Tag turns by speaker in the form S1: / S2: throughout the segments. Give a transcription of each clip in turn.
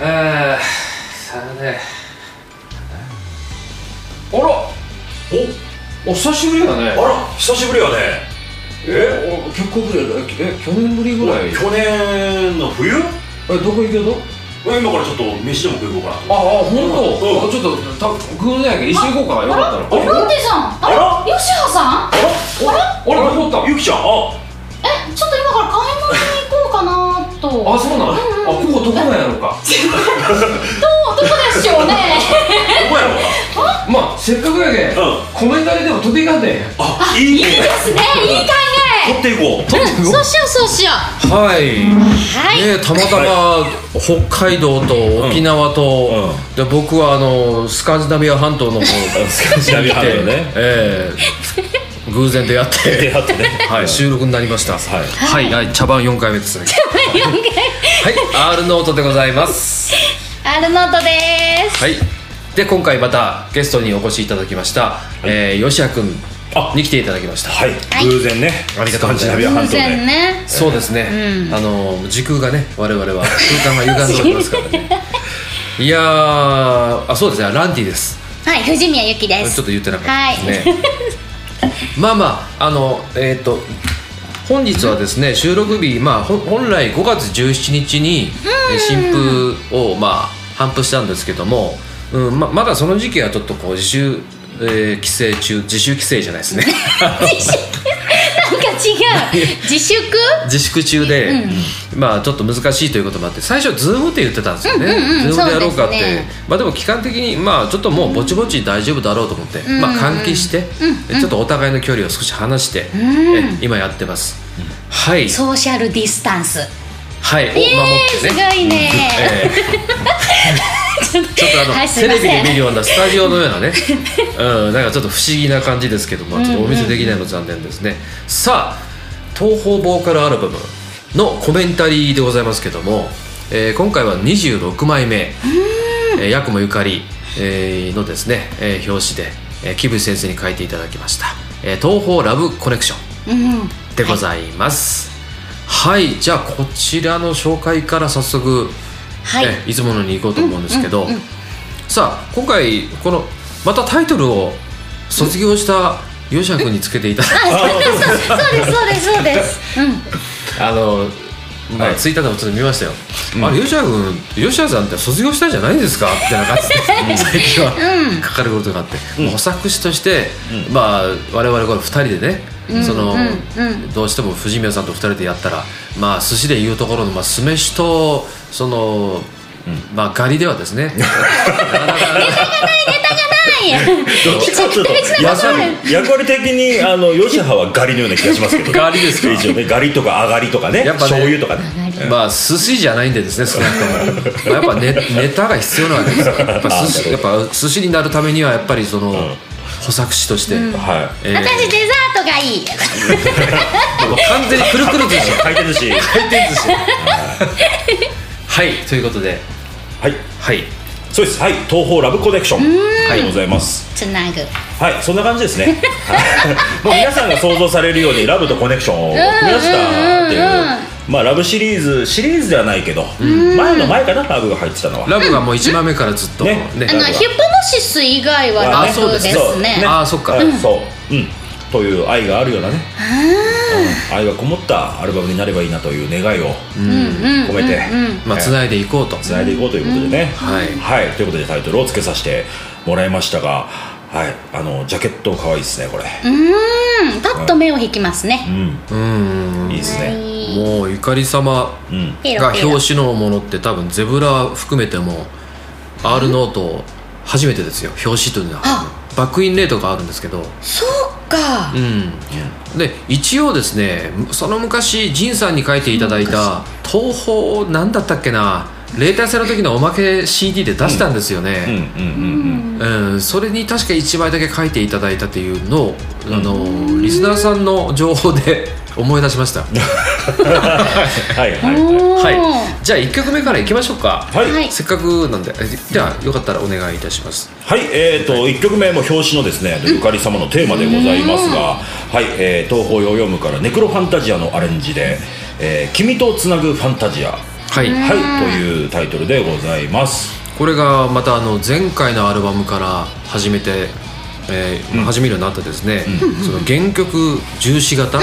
S1: ああさあねあらお久しぶりだね
S2: あら久しぶりやねえ
S1: お結構ぶりだえ去年ぶりぐらいえ
S2: 去年の冬
S1: どこ行けた
S2: 今からちょっと飯でも食いに行こうかな
S1: ああ本
S2: う
S1: 当
S2: ん
S1: あちょっとた偶然やけど一緒に行こうかよかったら
S2: あら
S3: ロッテさん
S2: あら
S3: ヨシハさ
S1: あ
S3: ん
S1: れどこおった
S2: ゆきちゃんあ
S3: えちょっと今から買い物に行こうかなーと
S1: あそうなのあここどこなんやろうか
S3: と男でしょうね
S2: どこやろう
S1: まあせっかくやけん
S2: ん
S1: コメンタリーでも取っていかんで
S2: かあいい
S3: い
S2: ね
S3: いですねいい考
S2: 取っていこ
S3: えうんそうしようそうしよう
S4: はい、
S3: はい、
S4: ねたまたま北海道と沖縄と、
S2: うんうん
S4: で僕はあのスカンジナビア半島 の方に
S2: うスカジナビア半島ね
S4: ええ偶然出会って、
S2: 出会ってね
S4: はい、収録になりましたはいはい、はい茶番4回目ですねはい R ノートでございます
S3: アルノートです
S4: はいで今回またゲストにお越しいただきました、えー、吉谷君
S2: あ
S4: に来ていただきました
S2: はい偶然ね
S4: ありがとうございます
S2: スカンジナビア半
S3: 偶
S2: 島で
S3: 然ね
S4: そうですね、あの時空がね我々は空間が歪んでおりますから ねいやーあそうですねランディです
S3: はい藤宮ゆきで
S4: ち
S3: す
S4: ょっと言ってなかったですね、まあまああのえっ、と本日はですね収録日、まあ、ほ本来5月17日にえー新風をまあ頒布したんですけども、うん、ままだその時期はちょっとこう自主、えー規制中自主規制じゃないですね
S3: なんか 違う自粛
S4: 自粛中で、まあちょっと難しいということもあって最初ズームって言ってたんですよね、
S3: うんうん
S4: ズームでやろうかって
S3: そうですね
S4: まあでも期間的にまあちょっともうぼちぼち大丈夫だろうと思って、
S3: ん
S4: まあ換気して、ちょっとお互いの距離を少し離して、え今やってます、はい
S3: ソーシャルディスタンス
S4: はいを守
S3: えー、
S4: って
S3: すご
S4: ね、
S3: いね
S4: えーちょっと あの、
S3: はいすい
S4: テ
S3: ま
S4: レ
S3: せん
S4: ビで見るようなスタジオのような ね、うん、なんかちょっと不思議な感じですけども、ちょっとお見せできないの残念ですね。さあ、東方ボーカルアルバムのコメンタリーでございますけども、えー今回は26枚目、えー、ヤクモゆかり、えーのですね、えー表紙で、えー、木渕先生に書いていただきました、えー東方ラブコネクション。
S3: うん
S4: でございますはい、じゃあこちらの紹介から早速、
S3: はい
S4: えいつものに行こうと思うんですけど、さあ今回このまたタイトルを卒業した 吉野君につけていただい
S3: あそうそうそうですそうです そうです
S4: あの、まあ
S2: はい
S4: ツイッターでもちょっと見ましたよ、あれ吉田君吉田さんって卒業したんじゃないんですかみたいな感じで最近はかかることがあって、もう補作詞として、まあ我々これ2人でね、その、どうしても藤宮さんと2人でやったらまあ寿司でいうところの、まあ、酢飯とその、まあガリではですね
S2: どっちかって
S3: うん
S2: いうと
S4: わさ
S2: 役役割的にあの吉羽はガリのような気がしますけど
S4: ガリですか
S2: 一応ねガリとか上がりとかね
S4: やっぱね
S2: 醤油とかね
S4: まあ寿司じゃないんでですね少なくともやっぱネ ネタが必要なわけですよやっぱ寿司やっぱ寿司になるためにはやっぱりその、補作詞として、
S2: はい
S4: えー
S3: 私デザートがいい
S4: もう完全にくるくるですよ
S2: 回転寿司回転寿司
S4: はいということで
S2: はい
S4: はい
S2: そうですはい東方ラブコネクションはいございます
S3: つなぐ
S2: はいそんな感じです ねはいもう皆さんが想像されるようにラブとコネクションを組み合わせたっていうまあラブシリーズシリーズではないけど前の前かなラブが入ってたのは
S4: ラブがもう1番目からずっとね
S2: ね
S3: あの
S2: なるほど
S3: ヒプノシス以外は
S2: は
S3: ラ
S2: ね
S3: ブですね
S4: あーそっか
S2: うんそううんという愛があるようなねうん愛がこもったアルバムになればいいなという願いを込めて
S4: まあつないでいこうと
S2: つないでいこうということでね、
S4: はい
S2: はい、ということでタイトルをつけさせてもらいましたが、はい、あのジャケット可愛いですねこれ、
S3: うんパッと目を引きますね
S4: うん
S2: いいですね、
S4: もうゆかり様
S2: うん、
S3: ペ
S4: が
S3: ロペロ
S4: 表紙のものって多分ゼブラ含めても R ノート初めてですよ表紙というのは
S3: あ
S4: バックインレートがあるんですけど
S3: そうか
S4: うん、で一応ですねその昔仁さんに書いていただいた東宝なんだったっけな例大生の時のおまけ CD で出したんですよ
S2: うん
S4: ね、
S2: うんうん
S4: うんそれに確か1枚だけ書いていただいたっていうのを、あのリスナーさんの情報で 思い出しました
S2: はいはい
S3: おー
S4: はいじゃあ1曲目からいきましょうか、
S2: はい、は
S3: はいい
S4: せっかくなんでえじゃあよかったらお願いいたします
S2: えー、と1曲目も表紙のですね「ゆかり様」のテーマでございますが、はいえー東方ヨーヨームから「ネクロファンタジア」のアレンジで「えー君とつなぐファンタジア」
S4: はい、
S2: はい、というタイトルでございます。
S4: これがまたあの前回のアルバムから始めて、えー始めるようになったですね、その原曲重視型、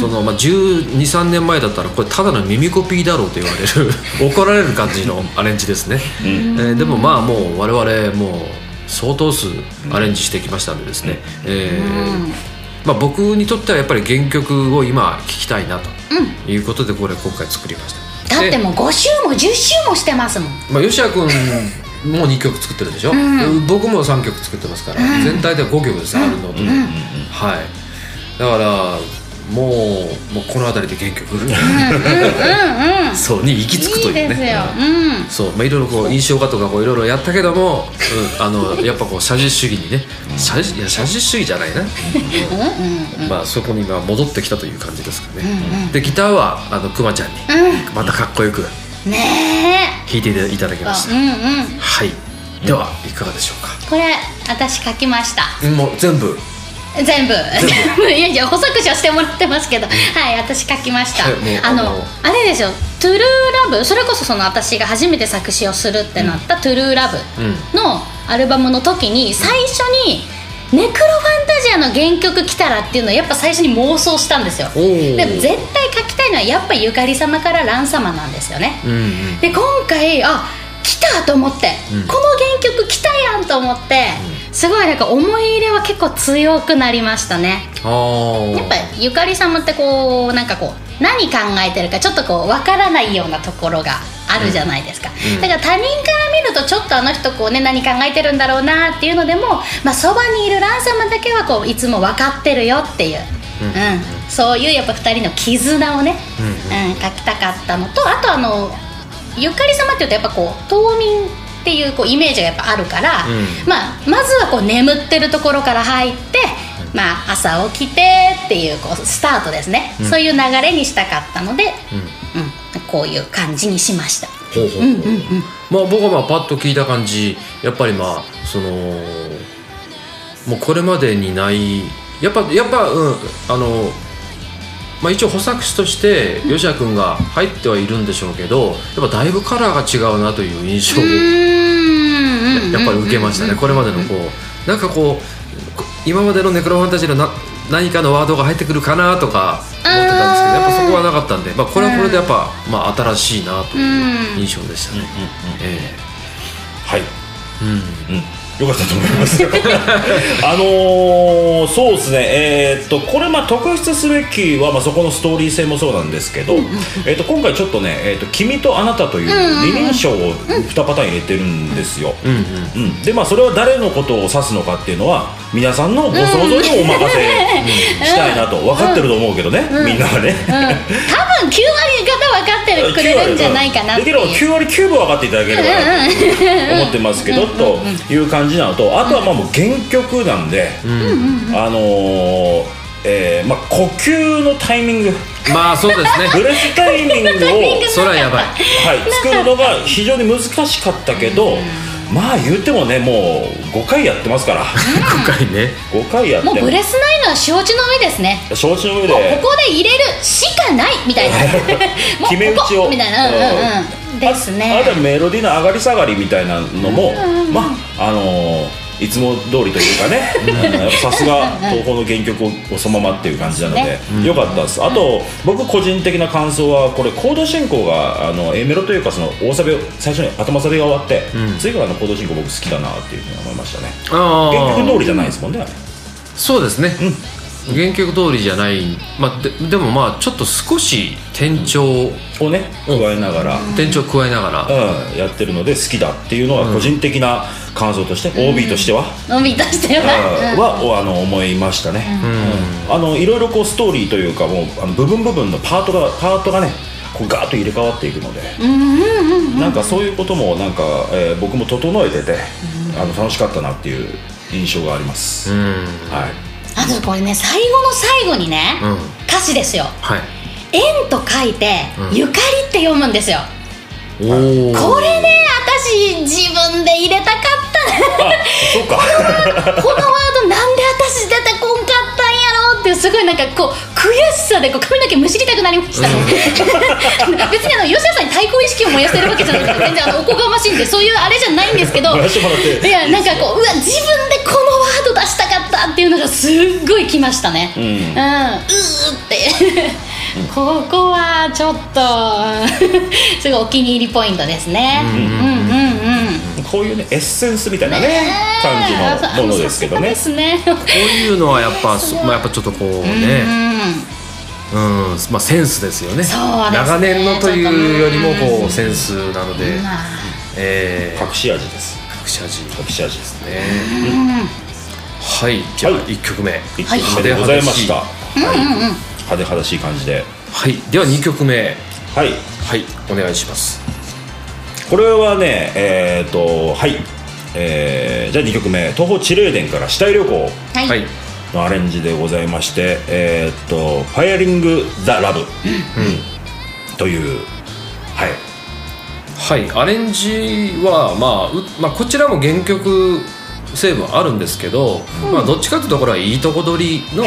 S4: そのまあ、1213年前だったらこれただの耳コピーだろうと言われ る怒られる感じのアレンジですね、えーでもまあもう我々もう相当数アレンジしてきましたんでですね、えーまあ、僕にとってはやっぱり原曲を今聴きたいなということでこれ今回作りました
S3: だって
S4: で
S3: もう5週も10週もしてますもん
S4: まあ、吉谷君も2曲作ってるでしょ、僕も3曲作ってますから、全体で5曲ですあるのと、はいだからもうもうこの辺りで原曲 そうに行き着くと
S3: い
S4: い
S3: い
S4: ね
S3: うですよ
S4: うんそうまあいろいろこう印象化とかこういろいろやったけども、うん、あのやっぱこう写実主義にね写実いや写実主義じゃないな、まあそこにまあ戻ってきたという感じですかね、でギターはあのくまちゃんに、またかっこよく
S3: うんね
S4: 弾いていただき
S3: え
S4: ました
S3: うんうん
S4: はい。では、いかがでしょうか。
S3: これ私書きました
S4: もう全部。
S3: 全部 いやいや補足者してもらってますけど、はい私書きました、
S4: はいもう
S3: あの
S4: あの
S3: あれですよ「トゥルーラブ」それこそその私が初めて作詞をするってなった「トゥルーラブ」のアルバムの時に最初に「ネクロファンタジア」の原曲来たらっていうのをやっぱ最初に妄想したんですよ
S4: おー
S3: でも絶対書きたいのはやっぱゆかり様から蘭様なんですよね、
S4: うんうん。
S3: で今回あ来たと思って、この原曲来たやんと思って、すごいなんか思い入れは結構強くなりましたね
S4: ああ。
S3: やっぱゆかり様ってこうなんかこう何考えてるかちょっとこうわからないようなところがあるじゃないですか、だから他人から見るとちょっとあの人こうね何考えてるんだろうなっていうのでもまあそばにいるラン様だけはこういつも分かってるよっていう、うんそういうやっぱ2人の絆をね、うん書きたかったのとあとあのゆかり様っていうとやっぱこう島民っていうこうイメージがやっぱあるから、
S4: う
S3: まあ、まずはこう眠ってるところから入って、まあ、朝起きてっていうこうスタートですね、そういう流れにしたかったので、うんこういう感じにしました
S4: ほうほうほう。まあ、僕はまあ、パッと聞いた感じ、やっぱりまあ、その。もう、これまでにない。やっぱ、やっぱ、うん、あの。まあ、一応補作詞として吉田君が入ってはいるんでしょうけどやっぱだいぶカラーが違うなという印象をやっぱり受けましたね、これまでのこうなんかこうこ今までのネクロファンタジーのな何かのワードが入ってくるかなとか思ってたんですけどやっぱそこはなかったんで、まあ、これはこれでやっぱ、まあ、新しいなという印象でしたね、え
S2: はい。うん。よかったと思い ます。あのーそうですね。えーっとこれまあ特筆すべきはまあそこのストーリー性もそうなんですけど、えーっと今回ちょっとね、えーっと君とあなたという二人称を二パターン入れてるんですよ。
S4: えうんうん
S2: うん、でまあそれは誰のことを指すのかっていうのは皆さんのご想像にお任せしたいなと分かってると思うけどね、みんなはね。
S3: うん、多分9割方分かってくれるんじゃないかなって
S2: できれば
S3: いう
S2: 9割9分分かっていただければなと思ってますけどという感じなのとあとはまあもう原曲なんで、あのーえーまあ、呼吸のタイミング
S4: まあそうですね
S2: ブレスタイミ ングを、はい、
S4: それはやばい
S2: 作るのが非常に難しかったけど、まあ言うてもねもう5回やってますから
S4: 今回ね
S2: 5回やって
S3: もうブレスないのは承知の上ですね
S2: 承知の上で
S3: ここで入れるしかないみたいな もう
S2: 決め打ちを
S3: ここみたいなうんうんうんです
S2: ああとは
S3: ね
S2: メロディーの上がり下がりみたいなのも、まああのーいつも通りというかねうん やっぱさすが東宝の原曲をそのままっていう感じなので、よかったですあと、僕個人的な感想はこれコード進行があの A メロというかその大サビを最初に頭サビが終わって、次からのコード進行僕好きだなっていうふうに思いましたね
S4: あー
S2: 原曲通りじゃないですもんねあれ
S4: そうですね、原曲通りじゃない、まあ、ででもまあちょっと少し転調、
S2: をね加えながら、
S4: 転調加えながら、
S2: うん、やってるので好きだっていうのは個人的な感想として、OB としては、
S3: 飲み出して
S2: うん
S3: は、
S2: はおあの思いましたね、うんあのいろいろこうストーリーというかもうあの部分部分のパートがパートがねこうガーッと入れ替わっていくので、なんかそういうこともなんか、えー僕も整えてて、あの楽しかったなっていう印象があります、
S4: うん
S2: はい
S3: あとこれね最後の最後にね、
S4: うん
S3: 歌詞ですよ
S4: はい
S3: 「縁」と書いて「
S4: うん
S3: ゆかり」って読むんですよ、
S4: おー
S3: これね私自分で入れたかった
S2: あそうか
S3: このワードなんで私出てこんかったんやろっていうすごいなんかこう悔しさでこう髪の毛むしりたくなりましたね 別にあの吉田さんに対抗意識を燃やしてるわけじゃなくて全然あのおこがましいんでそういうあれじゃないんですけど
S2: 燃やしてもらって
S3: いやなんかこううわ自分でこのワード出したかったっていうのがすっごいきましたねうん、うーって ここはちょっと すごいお気に入りポイントですねうんうん、うん
S2: こういうねエッセンスみたいなね
S3: え
S2: 感じのものですけどね
S3: あそうですね。
S4: こういうのはやっぱ、そまあ、やっぱちょっとこうね、
S3: う
S4: うんまあ、センスですよね
S3: そうですね
S4: 長年のというよりも
S3: ちょっと
S4: こ
S3: うん
S4: うセンスなので
S3: ん、まあ、
S4: えー、
S2: 隠し味です
S4: 各社人
S2: 隠し味ですね
S4: ね、はいじゃあ
S2: はい
S4: 1曲目、
S2: 一曲目でございました、
S4: は
S2: 派手派手しい感じで
S4: はい、では2曲目
S2: はい
S4: はいお願いします
S2: これはねえっ、とはいえー、じゃあ2曲目東方チレーデンから死体旅行
S3: はい、
S4: はい
S2: のアレンジでございましてえっ、と「ファイアリング・ザ・ラブ」というはい
S4: はい、アレンジは、まあうまあ、こちらも原曲成分あるんですけど、まあ、どっちかというとこれはいいとこ取り の、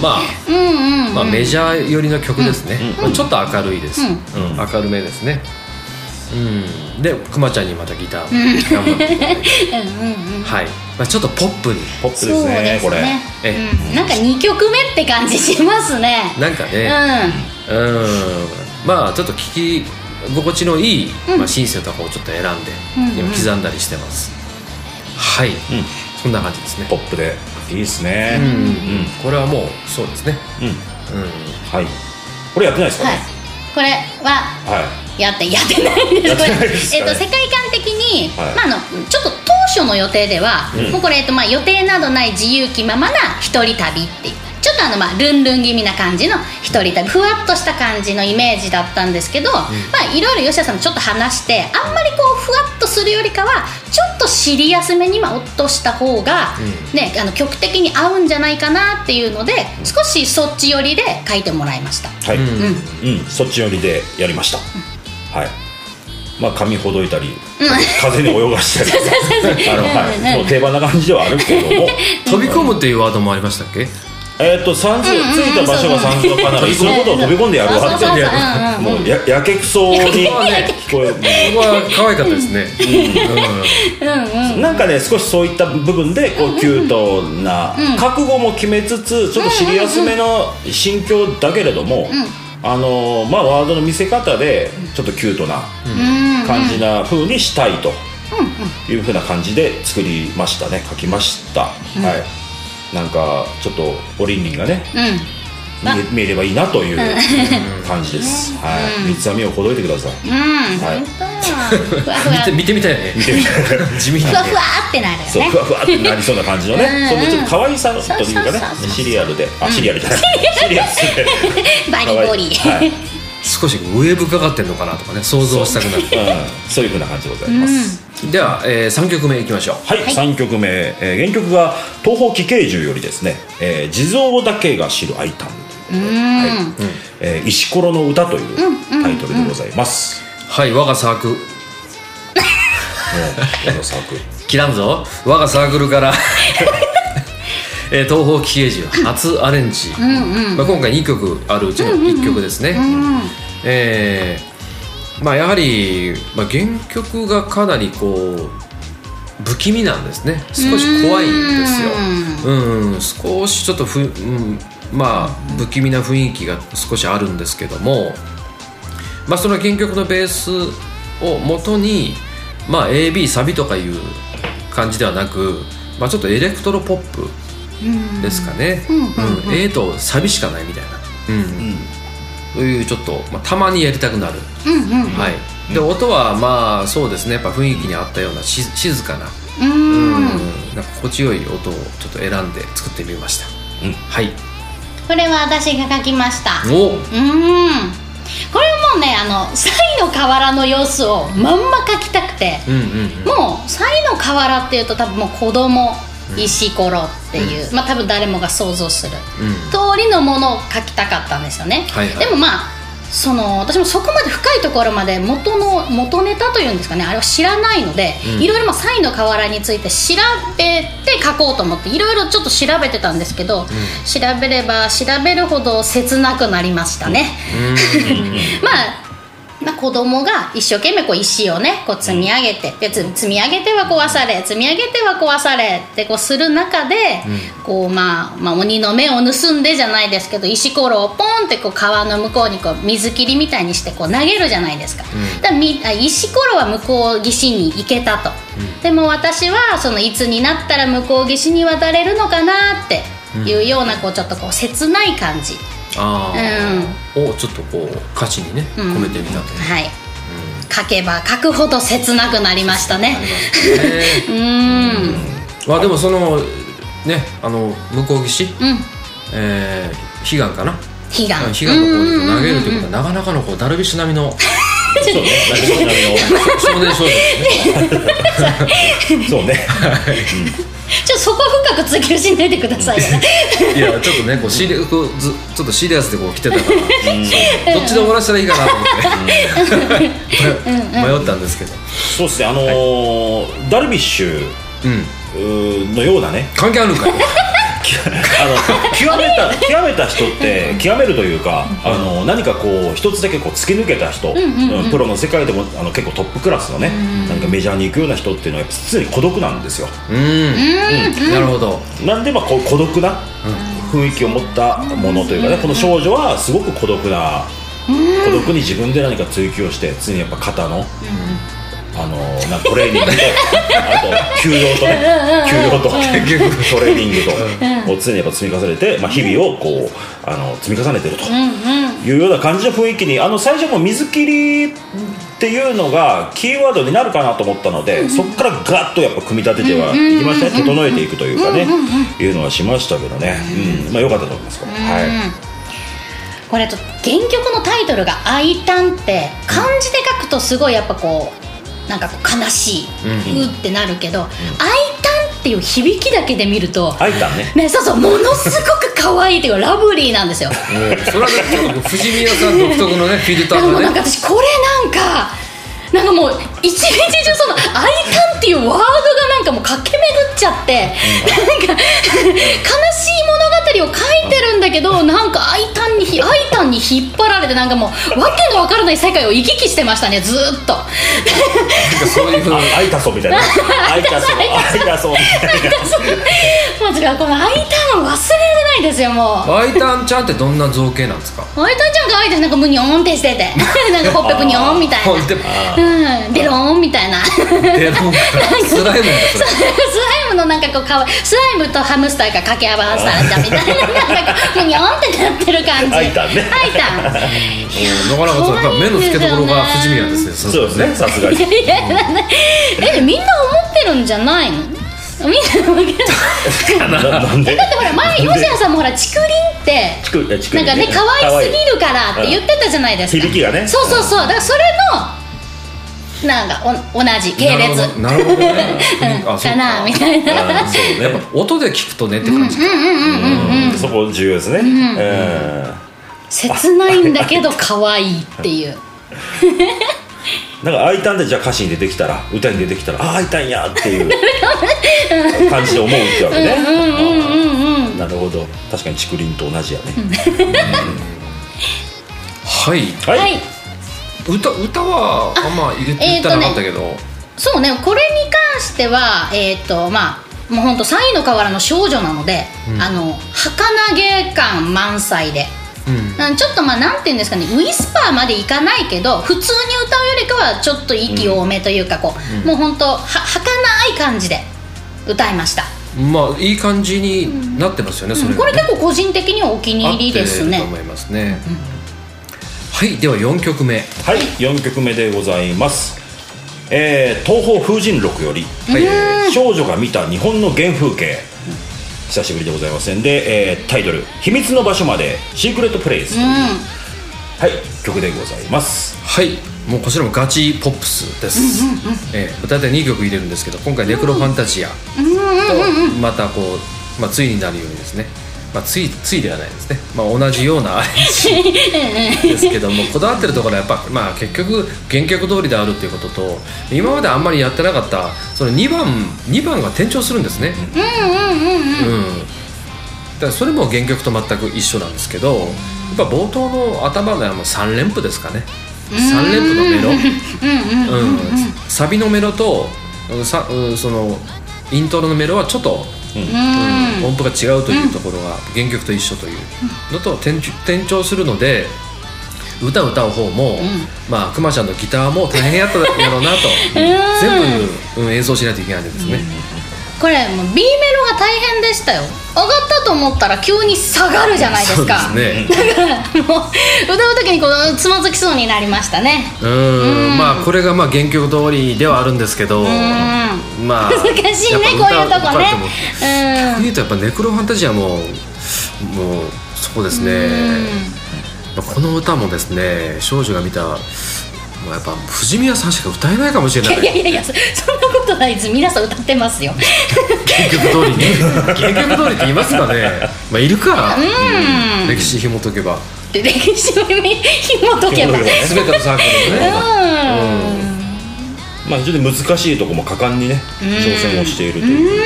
S4: ま
S3: うんうん、
S4: あ、まあメジャー寄りの曲ですね、まあ、ちょっと明るいです、
S2: ん
S4: うん明るめですね、うん、でくまちゃんにまたギターを頑張 って、はいまあ、ちょっとポップに
S2: ポップですねこれ
S4: え
S3: うん、なんか二曲目って感じしますね。
S4: なんか
S3: うん、
S4: ね、うん、まあちょっと聞き心地のいい、まあ、シンセのとこをちょっと選んで、
S3: うん
S4: 今刻んだりしてます、はい、
S2: ん
S4: そんな感じですね
S2: ポップでいいですね
S4: うん、うん
S2: うん
S4: これはもうそうですね、
S2: うん、
S4: う
S2: はいこれやってないですか
S3: は
S2: ね
S3: い、これは
S2: はい、
S3: やってやってないんです
S2: やってない
S3: これ
S2: ですかね
S3: えっと世界観的に、
S2: はい
S3: まあ、あのちょっと当初の予定では、
S2: うん
S3: もうこれ、えっとまあ、予定などない自由気ままな一人旅っていうちょっとあの、まあ、ルンルン気味な感じの一人旅ふわっとした感じのイメージだったんですけど、まあ、いろいろ吉田さんとちょっと話してあんまりこうふわっとするよりかはちょっとシリアスめには落とした方が、ね、あの曲的に合うんじゃないかなっていうので少しそっち寄りで書いてもらいました。
S2: はい、
S4: んうん
S2: うん、そっち寄りでやりました。はい。まあ、髪ほどいたり、風に泳がした り。あの、
S3: うん
S2: は
S3: うん
S2: い、もう定番な感じではあるけ ども。
S4: 飛び込むっていうワードもありましたっけ
S2: えっと、三つ、着いた場所が三つかなので、そのことを飛び込んでやるわけ
S3: そうそう
S2: で
S3: そう。うんうん
S2: もう、や、やけくそに聞
S4: まあね
S2: こえ
S4: ここは可愛かったですね、うん
S2: る。なんかね、少しそういった部分で、こう、キュートな、覚悟も決めつつ、ちょっとシリアスめの心境だけれども。あのーまあ、ワードの見せ方で、ちょっとキュートな。
S3: うん
S2: 感じな風にしたいという風な感じで作りましたね書きました、はいなんかちょっとおりんりんがね
S3: うん
S2: 見え見えればいいなという感じです、はい三つ編みをほどいてください、
S3: うん、
S2: はい
S3: 本当ふわふわ
S4: 見て見てみたいね
S2: 見てみたいな
S4: 地味に
S3: ふわふわってなるよ
S2: そう
S3: ね
S2: ふわふわってなりそうな感じのね、
S3: うん
S2: そのちょっと可愛さというかね
S3: そうそうそうそう
S2: シリアルであシリアルじゃない、シリアスで
S3: バリ
S2: 可愛
S3: ボリ
S2: い、はいうん、
S4: 少しウェーブかかってんのかなとかね想像したくなる
S2: そういう風な感じでございます、
S4: では、え3曲目いきましょう
S2: はい、三曲目、えー原曲が東方奇形獣よりですね、えー地蔵だけが知る愛たん
S3: うん
S2: えー石ころの歌というタイトルでございます。
S4: はい我がサークル
S2: もう小野沢君
S4: 切らんぞ我がサークルから えー東方喜劇獣初アレンジ、まあ、今回2曲あるうちの1曲ですね、えーまあやはり、まあ、原曲がかなりこう不気味なんですね少し怖いんですようん少しちょっとふ、うん、まあ不気味な雰囲気が少しあるんですけどもまあ、その原曲のベースを元に、まあ、AB サビとかいう感じではなく、まあ、ちょっとエレクトロポップですかね、うん A とサビしかないみたいな、うんというちょっと、まあ、たまにやりたくなる、はい、で音はまあそうですねやっぱ雰囲気に合ったようなし静かな,、
S3: うん
S4: うん、なんか心地よい音をちょっと選んで作ってみました、
S2: うん
S4: はい
S3: これは私が書きましたうん
S4: お
S3: これもうねあのサイの河原の様子をまんま書きたくて、
S4: うんうんうん
S3: もうサイの河原っていうと多分もう子供石ころっていう、まあ多分誰もが想像する、
S4: うん
S3: 通りのものを書きたかったんですよね、
S4: はいはい
S3: でもまあその私もそこまで深いところまで元の元ネタというんですかねあれを知らないので、いろいろまあサイの河原について調べて書こうと思っていろいろちょっと調べてたんですけど、調べれば調べるほど切なくなりましたね。 まあまあ、子供が一生懸命こう石をねこう積み上げてでつ積み上げては壊され積み上げては壊されってこうする中で、こうまあ、まあ鬼の目を盗んでじゃないですけど石ころをポンってこう川の向こうにこう水切りみたいにしてこう投げるじゃないですか,、だからみあ石ころは向こう岸に行けたと、でも私はそのいつになったら向こう岸に渡れるのかなっていうようなこうちょっとこう切ない感じ、
S4: ああ、をちょっとこう歌詞にね
S3: うん
S4: 込めてみたと、
S3: はい、書けば書くほど切なくなりましたね
S4: ね
S3: うーん
S4: まあでもそのねあの向こう岸、
S3: うん
S4: えー、悲願かな
S3: 悲願
S4: 悲願の方にこう投げるといううことはなかなかのこうダルビッシュ並みの
S2: そうね何々
S4: 少年 少女
S2: のそうね
S3: ちょっとそこは深く追求しないでくださいよね
S4: いやちょっとねこうシリこうずちょっとシリアスでこう来てたからそうどっちで終わらせたらいいかなと思って 迷迷ったんですけど
S2: そうですねあのーダルビッシュ
S4: うん
S2: うーのようなね
S4: 関係あるんかい
S2: あの極めた極めた人って極めるというか、あの何かこう一つだけこう突き抜けた人、うんプロの世界でもあの結構トップクラスのね、何かメジャーに行くような人っていうのはやっぱ常に孤独なんですよ。
S4: うんなるほど
S2: なんでまあこう孤独な雰囲気を持ったものというかね、この少女はすごく孤独な、孤独に自分で何か追求をして常にやっぱ肩の。あのなんかトレーニン グとあと休養とね休養と結局トレーニングとを常にやっぱ積み重ねて、まあ、日々をこうあの積み重ねてるというような感じの雰囲気にあの最初も水切りっていうのがキーワードになるかなと思ったので、そこからガッとやっぱ組み立ててはいきましたね整えていくというかね、いうのはしましたけどね、うんまあ、良かったと思いますこれ、はい
S3: これと原曲のタイトルが「哀嘆」って漢字で書くとすごいやっぱこうなんかこう悲しい、うってなるけど「哀嘆」っていう響きだけで見ると、
S2: アイタンね
S3: ねそうそうものすごく可愛いっていうかラブリーなんですよ
S4: うんそれはね結構藤宮さん独特のねフィルタ
S3: でもな
S4: ー
S3: んか
S4: がね
S3: 私これなんかなんかもう一日中その「哀嘆」っていうワードがなんかもう駆け巡っちゃって、なんか悲しい物語を書いてるんだけど、なんか哀嘆に哀嘆に引っ張られてなんかもうわけのわからない世界を行き来してましたねずーっと。
S4: そういうふうに
S2: あアイタソみたい なアイタソアイタソみたいな
S3: もうだからこの「哀嘆」を忘れられないですよもう。
S4: ワイタンちゃんってどんな造形なんですか
S3: 哀嘆ちゃん可愛いですなんかむにょんってしててなんかほっぺぷにょんみた い
S4: ほんで
S3: なうんでろんみたいな。
S4: でなんかスライムやったそれ
S3: スライムのなんかこうかわいスライムとハムスターが掛け合わされたみたいななんかこうにょんってなってる感じ
S2: アイタンね
S3: アイタン
S4: なかなかそうやっぱ目の付けどころが藤宮ですねそ
S2: そうですねさすがに
S3: えみんな思ってるんじゃないのみんな思ってる
S2: ななんで
S3: だってほら前吉野さんもほら竹林って
S2: チクチク
S3: なんかね可愛すぎるからって言ってたじゃないですか
S2: 響きがね
S3: そうそうそうだからそれのなんかお同じ系列
S4: なるほどなるほどね あそう
S3: かなみたいな
S2: うんそうねやっぱ
S4: 音で聞くとねって感じか
S2: そこ重要ですねうん
S3: 切ないんだけど可愛いっていう
S2: なんか「あいたん」でじゃあ歌詞に出てきたら歌に出てきたら「ああいたんや」っていう感じで思うってわけねあーなるほど確かに竹林と同じやね
S4: はい
S2: は
S3: はいい
S4: 歌歌はあんま入れて言ったらなかったけど、
S3: そうねこれに関してはえっ、とまあもうほんと3位の河原の少女なので、あの儚げ感満載で、うんちょっとまあなんて言うんですかねウィスパーまでいかないけど普通に歌うよりかはちょっと息多めというかこう、もうほんとは儚い感じで歌いました
S4: まあいい感じになってますよね、それ
S3: こ
S4: が
S3: れ
S4: ね
S3: 結構個人的にはお気に入りです
S4: 合ってると
S3: ね
S4: 思いますね、はいでは4曲目
S2: はい4曲目でございますえー東方風神録より
S4: はい
S2: えー少女が見た日本の原風景久しぶりでございますんで、えータイトル「秘密の場所までシークレットプレイス」はい曲でございます
S4: はいもうこちらもガチポップスです、ええ大体2曲入れるんですけど今回「ネクロファンタジア」とまたこう、まあ、対になるようにですねまあ、ついついではないですね、まあ、同じようなアレ ンジですけどもこだわってるところはやっぱ、まあ、結局原曲通りであるということと今まであんまりやってなかったその2番2番が転調するんですね。うんだからそれも原曲と全く一緒なんですけどやっぱ冒頭の頭ではもう3連符ですかね3連符のメロ、うんサビのメロとうんさ、うん、そのイントロのメロはちょっと音符が違うというところが原曲と一緒というのと転転調するので歌を歌う方も、まあくまちゃんのギターも大変やったや ろうなと全部、うん、演奏しないといけないんですね、
S3: これもう B メロが大変でしたよ上がったと思ったら急に下がるじゃないですか
S4: そうですね
S3: もう歌う時にこうつまずきそうになりましたね
S4: うーんまあこれがまあ原曲通りではあるんですけどまあ
S3: 難しいね
S4: やっ
S3: こういうと
S4: ぱ歌
S3: こね
S4: やっぱりでも逆に言うとやっぱネクロファンタジアももうそうですねまあこの歌もですね少女が見たもうやっぱ藤宮さんしか歌えないかもしれない
S3: うんいやいやいやそそんなことないです皆さん歌ってますよ
S4: 原曲通りに 原曲通りって言いますかねまあいるか歴史紐解けば
S3: で歴史を紐解けばうん
S4: 全てのサークルのね
S2: まあ、非常に難しいとこも果敢にね挑戦をしているという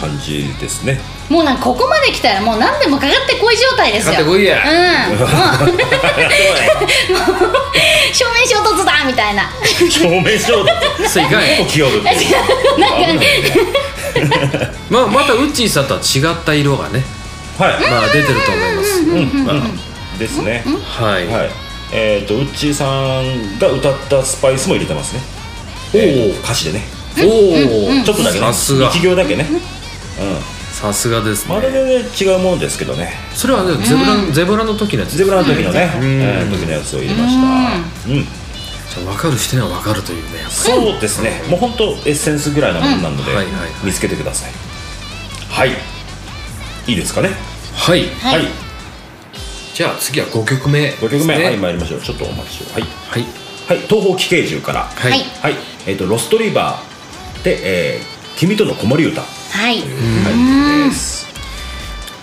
S2: 感じですね。
S3: もうなんかここまで来たらもう何でもかかってこい状態ですよ
S4: かかってこいや
S3: うん もう正面衝突だみたいな
S2: 証明書だと
S4: そういかんよ
S2: 結構気負うっていう
S3: なんか
S4: まあまたウッチーさんとは違った色がね
S2: はい、
S4: まあ出てると思います
S2: まあ、ですね。
S4: はい、
S2: はい。えっ、とウッチーさんが歌ったスパイスも入れてますね。
S4: おお
S2: えー歌詞でね、
S4: おお、
S2: ちょっとだけね、
S4: さすが
S2: 一行だけね。うん。
S4: さすがですね、
S2: まるで違うもんですけどね。
S4: それはねゼブラ、ゼブラの時のやつ
S2: ゼブラの時のね、
S4: うん
S2: えー時のやつを入れました。うん。
S4: じゃあ分かる人には分かるというね
S2: そうですね、もう本当エッセンスぐらいなもんなので、
S4: うんはいはい
S2: 見つけてくださいはいいいですかね
S4: はい
S2: はい、
S4: じゃあ次は5曲目です、ね、
S2: 五5曲目、はい参りましょうちょっとお待ちをはい、
S4: はい
S2: はい、東方騎兵獣からは
S4: はい
S3: はい
S2: いえっ、と「ロストリバー」で、えー君との子守歌」
S3: はい
S2: という感じです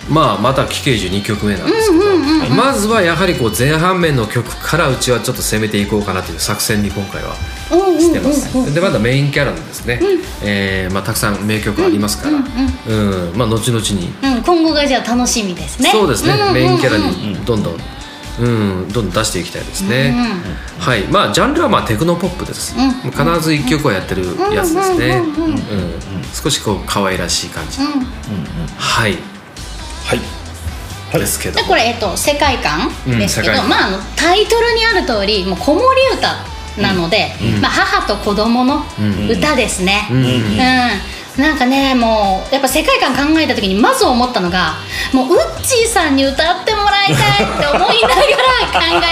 S4: まあまた「騎刑獣」2曲目なんですけど、まずはやはりこう前半面の曲からうちはちょっと攻めていこうかなという作戦に今回は
S3: うん
S4: してます、でまだメインキャラのですね、えーまあ、たくさん名曲ありますから、うんまあ、後々に
S3: うん、今後がじゃあ楽しみですね。
S4: そうですね、
S3: んんん
S4: メインキャラにどんどん、うんどんどん出していきたいですね、はいまあジャンルはまあテクノポップです、必ず1曲はやってるやつですね、うん少しこう可愛らしい感じ、はい
S2: はいはい
S4: ですけど
S3: でこれ、えっと、世界観
S4: うん
S3: ですけ
S4: 世界
S3: ど、
S4: 観
S3: まああのタイトルにある通りもう子守歌なので、まあ、母と子供の歌ですね。うんなんかねもうやっぱ世界観考えた時にまず思ったのがもうウッチーさんに歌ってもらいたいって思いながら考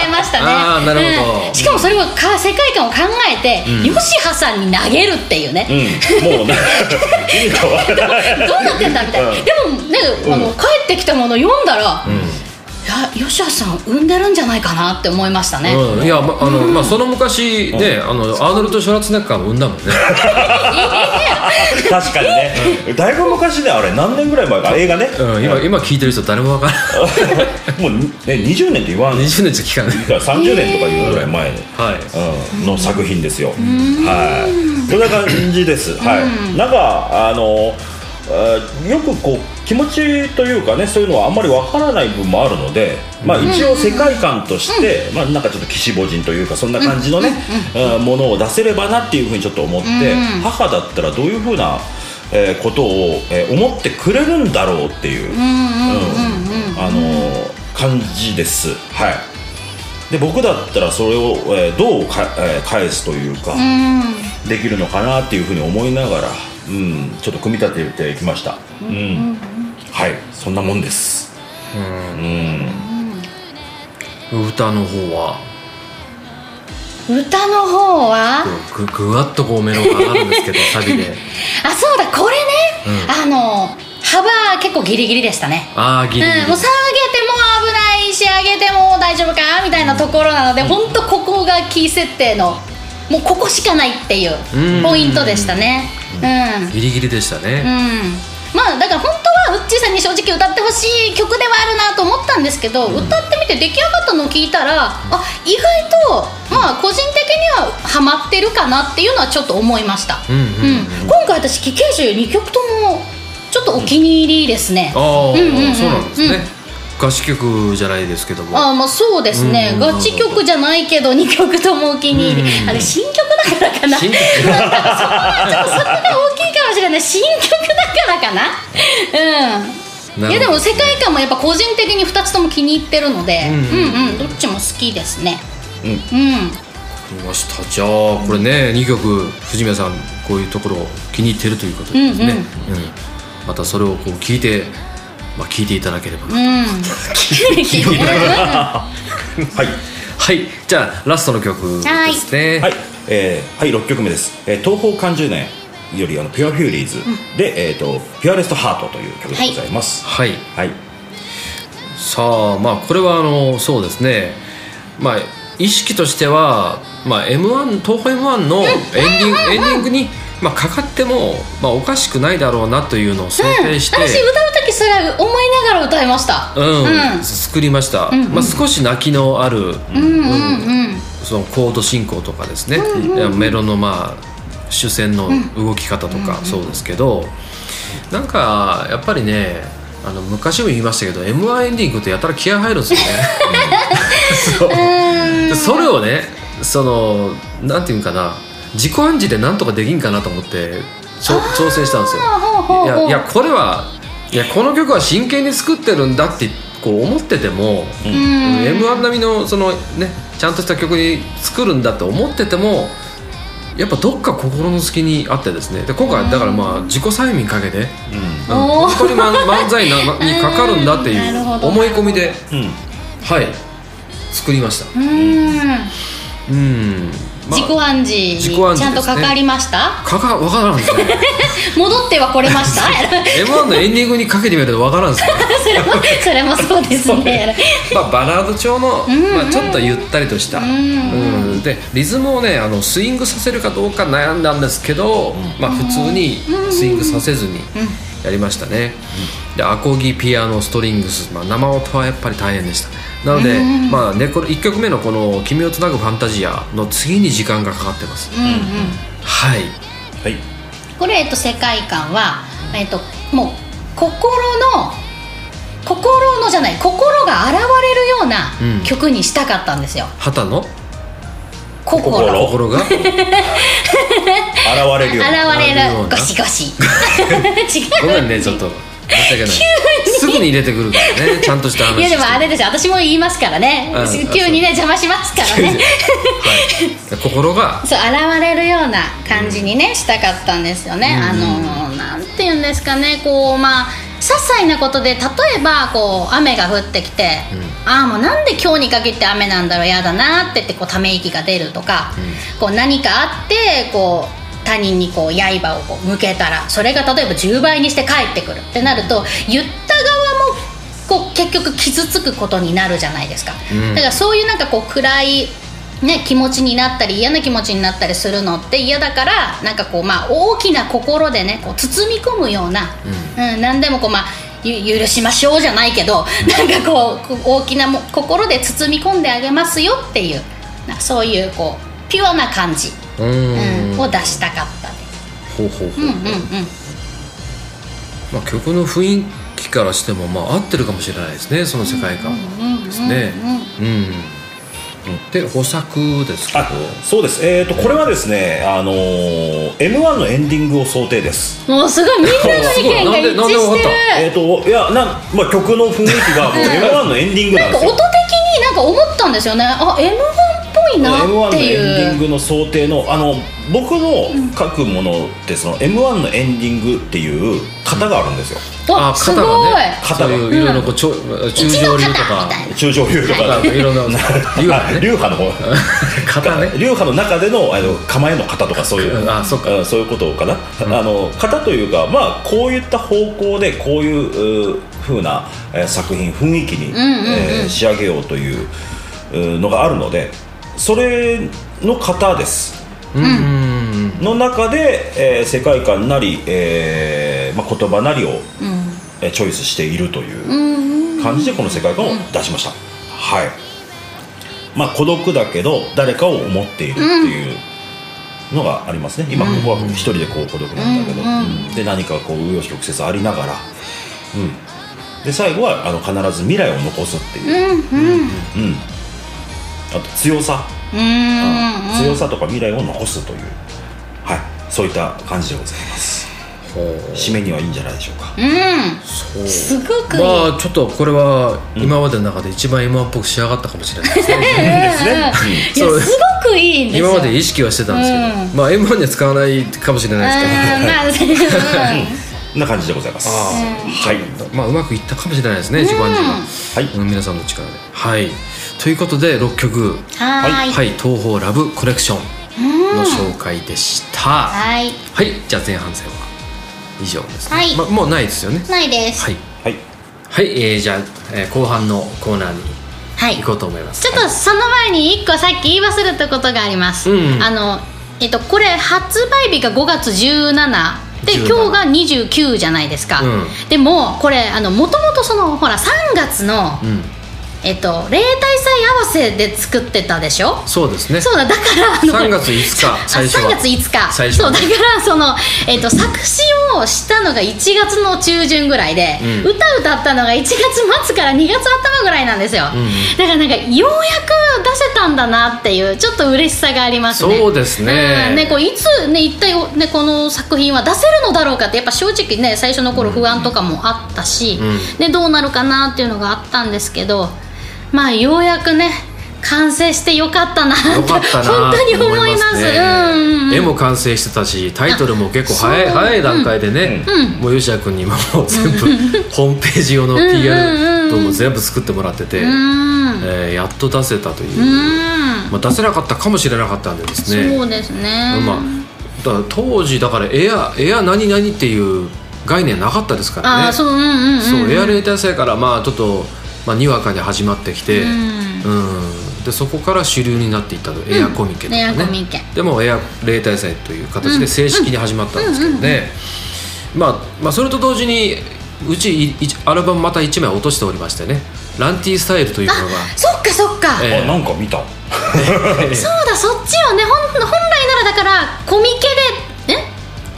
S3: えましたね
S4: あーなるほど
S3: うんしかもそれをか世界観を考えて、ヨシハさんに投げるっていうね、
S2: うんもうな 意味がわからない
S3: どうなってんだみたいな、
S2: うん
S3: でもねあの、
S2: うん
S3: 帰ってきたもの読んだら、いや吉橋さん産んでるんじゃないかなって思いましたね、
S4: うん、いやまあの、まあ、その昔ね、あのアーノルド・ショラツェネッカーも産んだもんね
S2: 確かにね、だいぶ昔ねあれ何年ぐらい前か映画ね、
S4: うん、 今今聞いてる人誰もわからない
S2: もうね20年って言わん
S4: 20年しか聞かない
S2: だから30年とかいうぐらい前の、
S4: はい
S2: うんの作品ですよ。はい。そんな感じです。はい。なんかあのあーよくこう気持ちというかねそういうのはあんまりわからない部分もあるので、まあ一応世界観として、まあなんかちょっと岸母人というかそんな感じのね、うんものを出せればなっていうふうにちょっと思って、
S3: うん
S2: 母だったらどういうふうな、えーことを、えー思ってくれるんだろうっていう。うんあのー感じです。はい。で僕だったらそれを、えーどうか、えー返すというか、できるのかなっていうふうに思いながら、うん、ちょっと組み立ててきました。うん、はい、そんなもんです。
S4: 歌の方は
S3: 歌の方は、
S4: こうぐぐわっとこうメロが上がるんですけどサビ で
S3: あそうだこれね、あの幅結構ギリギリでしたね
S4: ああギ
S3: うん、
S4: リギリ、
S3: もう下げても危ないし上げても大丈夫かみたいなところなので、本当ここがキー設定のもうここしかないっていうポイントでしたねうん
S4: ギリギリでしたね、
S3: うん、まあだから本当はウッチーさんに正直歌ってほしい曲ではあるなと思ったんですけど、歌ってみて出来上がったのを聞いたらあ意外とまあ個人的にはハマってるかなっていうのはちょっと思いました、
S4: うんうんうん
S3: うん今回私「奇形女優」2曲ともちょっとお気に入りですね、
S4: ああ、
S3: うんうんうん
S4: そうなんです
S3: う
S4: ね、合詞曲じゃないですけども
S3: あーまあそうですね、
S4: うん
S3: ガチ曲じゃないけど2曲ともお気に入り、あれ新曲だからかな
S4: 新曲
S3: ちょっとそこが 大きいかもしれない新曲だからかなうん
S4: なるほど
S3: いやでも世界観もやっぱ個人的に2つとも気に入ってるので、
S4: う
S3: うん
S4: う
S3: ん、うんどっちも好きですね
S2: うん
S3: うん
S4: ありましたじゃあこれね2曲藤宮さんこういうところ気に入ってるということですね、うんまたそれをこう聞いてまあ聞いていただければな、
S3: うん、聞い て
S2: はい
S4: はいじゃあラストの曲ですね
S2: はい、えーはい、6曲目です、えー東方寛十年よりあのピュアフューリーズで、えー、とピュアレストハートという曲でございます
S4: はい
S2: はい、
S4: さあまあこれはあのそうですねまあ意識としては、まあ、M1 東宝 m 1のエンディング,、エンディングに、まあ、かかっても、まあ、おかしくないだろうなというのを想定して、
S3: 私歌う時それ思いながら歌いました
S4: うん、作りました、
S3: んうん
S4: まあ、少し泣きのある、
S3: うんうんうん
S4: そのコード進行とかですね、メロのまあ主戦の動き方とかそうですけど、なんかやっぱりねあの昔も言いましたけど m 1エンディングってやたら気合入るんですよね。
S3: うん
S4: でそれをねそのなんていうんかな自己暗示でなんとかできんかなと思ってちょ挑戦したんですよ。
S3: ほうほ
S4: いう
S3: ほ
S4: や
S3: う
S4: いやこれはいやこの曲は真剣に作ってるんだってこう思ってても、
S3: うん
S4: m 1並みのその、ね、ちゃんとした曲に作るんだと思っててもやっぱどっか心の隙にあってですねで今回だからまあ自己催眠かけて、
S2: う
S4: うん
S3: おー
S4: 本当に漫漫才なまにかかるんだって
S3: うん
S4: い
S3: なる
S4: う
S3: ほど
S4: 思い込みで
S2: んうん
S4: はい作りました。
S3: うん
S4: うんまあ
S3: 自己暗示
S4: 自己暗示ですね
S3: にちゃんと関わりました
S4: かかわからんです ね
S3: 戻ってはこれました
S4: m 1のエンディングにかけてみるとわからんですね、
S3: それもそれもそうですね
S4: まあ、バラード調の、まあ、ちょっとゆったりとした、
S3: ん
S4: うんでリズムをねあのスイングさせるかどうか悩んだんですけど、まあ、普通にスイングさせずにやりましたね、でアコギピアノストリングス、まあ、生音はやっぱり大変でしたなので、まあね、これ1曲目のこの「君をつなぐファンタジア」の次に時間がかかってます、
S3: うんうん
S4: はい
S2: はい
S3: これ、えっと、世界観は、えっと、もう心の心のじゃない心が現れるよう
S4: うん
S3: な曲にしたかったんですよ、
S4: 畑の
S3: 心
S2: 心
S4: 心が現れるよ
S2: 現れるように
S3: 現れ
S4: うな
S3: るゴシゴシ
S4: ごめ
S3: 違うん
S4: ねちょっと申し訳ないすぐに入れてくるからねちゃんとした話
S3: いやでもあ
S4: して
S3: れですよ私も言いますからね
S4: うん
S3: 急にね邪魔しますからね
S4: はい心が
S3: そう現れるような感じにね、したかったんですよね、あのなんて言うんですかねこうまあ些細なことで例えばこう雨が降ってきて、ああもうなんで今日に限って雨なんだろうやだなって言ってこうため息が出るとか、こう何かあってこう他人にこう刃をこう向けたらそれが例えば10倍にして帰ってくるってなると言った側もこう結局傷つくことになるじゃないですか、
S4: うん
S3: だからそういうなんかこう暗い、ね、気持ちになったり嫌な気持ちになったりするのって嫌だからなんかこう、まあ、大きな心でねこう包み込むような、うん何でもこう、まあ、ゆ許しましょうじゃないけど、 なんかこうこう大きなも心で包み込んであげますよっていうなんかそういうこうピュアな感じ、
S4: うー
S3: うんん、を出したかったです。
S4: ほうほうほう、
S3: うんうんうん
S4: まあ、曲の雰囲気からしてもまあ合ってるかもしれないですねその世界観はですねうんで補作ですけど
S2: あそうですえっ、とこれはですねあのー、m 1のエンディングを想定です
S3: もうすごいみんなの 意見が
S4: すご
S3: 一致
S4: いなんでなんでわ
S3: して
S4: か
S3: る
S4: っ
S2: えっ、といやなん、まあ、曲の雰囲気が m 1のエンディングな
S3: なんん
S2: です
S3: か音的
S2: よ
S3: になんか思ったんですよねあ m 1っぽいな
S2: m 1
S3: っ
S2: の
S3: て
S2: エンディン
S3: いう
S2: グの想定のあの僕の書くものってその m 1のエンディングっていう型があるんですよ
S3: あすごい
S2: 肩
S4: そう
S2: が
S4: いういろいろこうちょ中上流とか
S3: 一
S2: 中
S3: の
S2: 上流と
S4: な
S2: か
S4: んかい ろんな流派ね
S2: 流派の方
S4: 型ね
S2: 流派の中でのあの構えの型とかそういう
S4: あそっか
S2: うんそういうことかな、あの型というか、まあ、こういった方向でこういうう風な、えー作品雰囲気に、
S3: んうんうん
S2: えー仕上げようといううのがあるのでそれの型です
S4: うんうん
S2: の中で、えー世界観なり、えーまあ、言葉なりを
S3: うん
S2: えーチョイスしているという
S3: うんうん
S2: 感じでこの世界観を出しました、はいまあ孤独だけど誰かを思っているっていうのがありますね今ここは一人でこう孤独なんだけど、
S3: うん
S2: うんで何かこう紆余曲折ありながら、うん、で最後はあの必ず未来を残すっていう、
S3: うんうん
S2: うん、あと強さ、
S3: うんうん
S2: 強さとか未来を残すというはいそういった感じでございます締めにはいいんじゃないでしょうか
S3: うん
S4: そう
S3: すごくいい、
S4: まあちょっとこれは今までの中で一番 m 1っぽく仕上がったかもしれないですね
S2: ですね
S3: いや
S4: そう
S3: すごくいいんですよ
S4: 今まで意識はしてたんですけど、まあ m 1には使わないかもしれ
S3: うん
S4: ないです
S3: まあ
S2: こんな感じでございます
S4: あ
S2: はい、
S4: けどまあうまくいったかもしれないですね一番
S2: はい
S4: 自分皆さんの力ではいということで6曲
S3: はーい
S4: はい東宝ラブコレクションの紹介でした
S3: はい
S4: はいじゃあ前半戦は以上ですね、
S3: はい
S4: まもうないですよね
S3: ないです
S4: はい
S2: はい
S4: はい、えー、じゃあ、えー後半のコーナーに
S3: はい
S4: 行こうと思います
S3: ちょっとその前に1個さっき言い忘れたことがあります、
S4: うん
S3: あのえっとこれ発売日が5月17で
S4: 17
S3: 今日が29じゃないですか、
S4: うん
S3: でもこれあのもともとそのほら3月の、
S4: うん
S3: えっと例大祭合わせで作ってたでしょ
S4: そうですね
S3: そうだだからあの
S4: 3月5日最初は
S3: あ3月5日
S4: 最初
S3: そ
S4: は
S3: うだからその、えっと作詞をしたのが1月の中旬ぐらいで、
S4: うん
S3: 歌歌ったのが1月末から2月頭ぐらいなんですよ、
S4: うん
S3: だからなんかようやく出せたんだなっていうちょっと嬉しさがありますね
S4: そうですね
S3: うんねこういつ、ね、一体お、ね、この作品は出せるのだろうかってやっぱ正直ね最初の頃不安とかもあったし、
S4: うん
S3: ね、どうなるかなっていうのがあったんですけどまあようやくね完成してよかったなって
S4: よかったな
S3: 本当に
S4: と
S3: 思います
S4: ね
S3: うんうんうん
S4: 絵も完成してたしタイトルも結構早い
S3: そう
S4: 早い段階でね、もう吉田君にもう全部ホームページ用の
S3: んうんうん
S4: PR とも全部作ってもらってて、
S3: うん
S4: えーやっと出せたという、
S3: うん
S4: まあ、出せなかったかもしれなかったんでですね
S3: そうですね、
S4: まあ、だから当時だからエアエア何々っていう概念なかったですからね
S3: ああそううんうんうん
S4: そうエアレーター制からまあちょっと、まあ、にわかに始まってきて、うんでそこから主流になっていったとエアコミケとかね、
S3: エアコミケ
S4: でもエア例大祭という形で正式に始まったんですけどね、まあ、まあそれと同時にうちいいアルバムまた1枚落としておりましてね「ランティスタイル」というもの が
S3: そっかそっか、
S4: ええ
S2: あなんか見た
S3: そうだそっちはねほん本来ならだからコミケでえ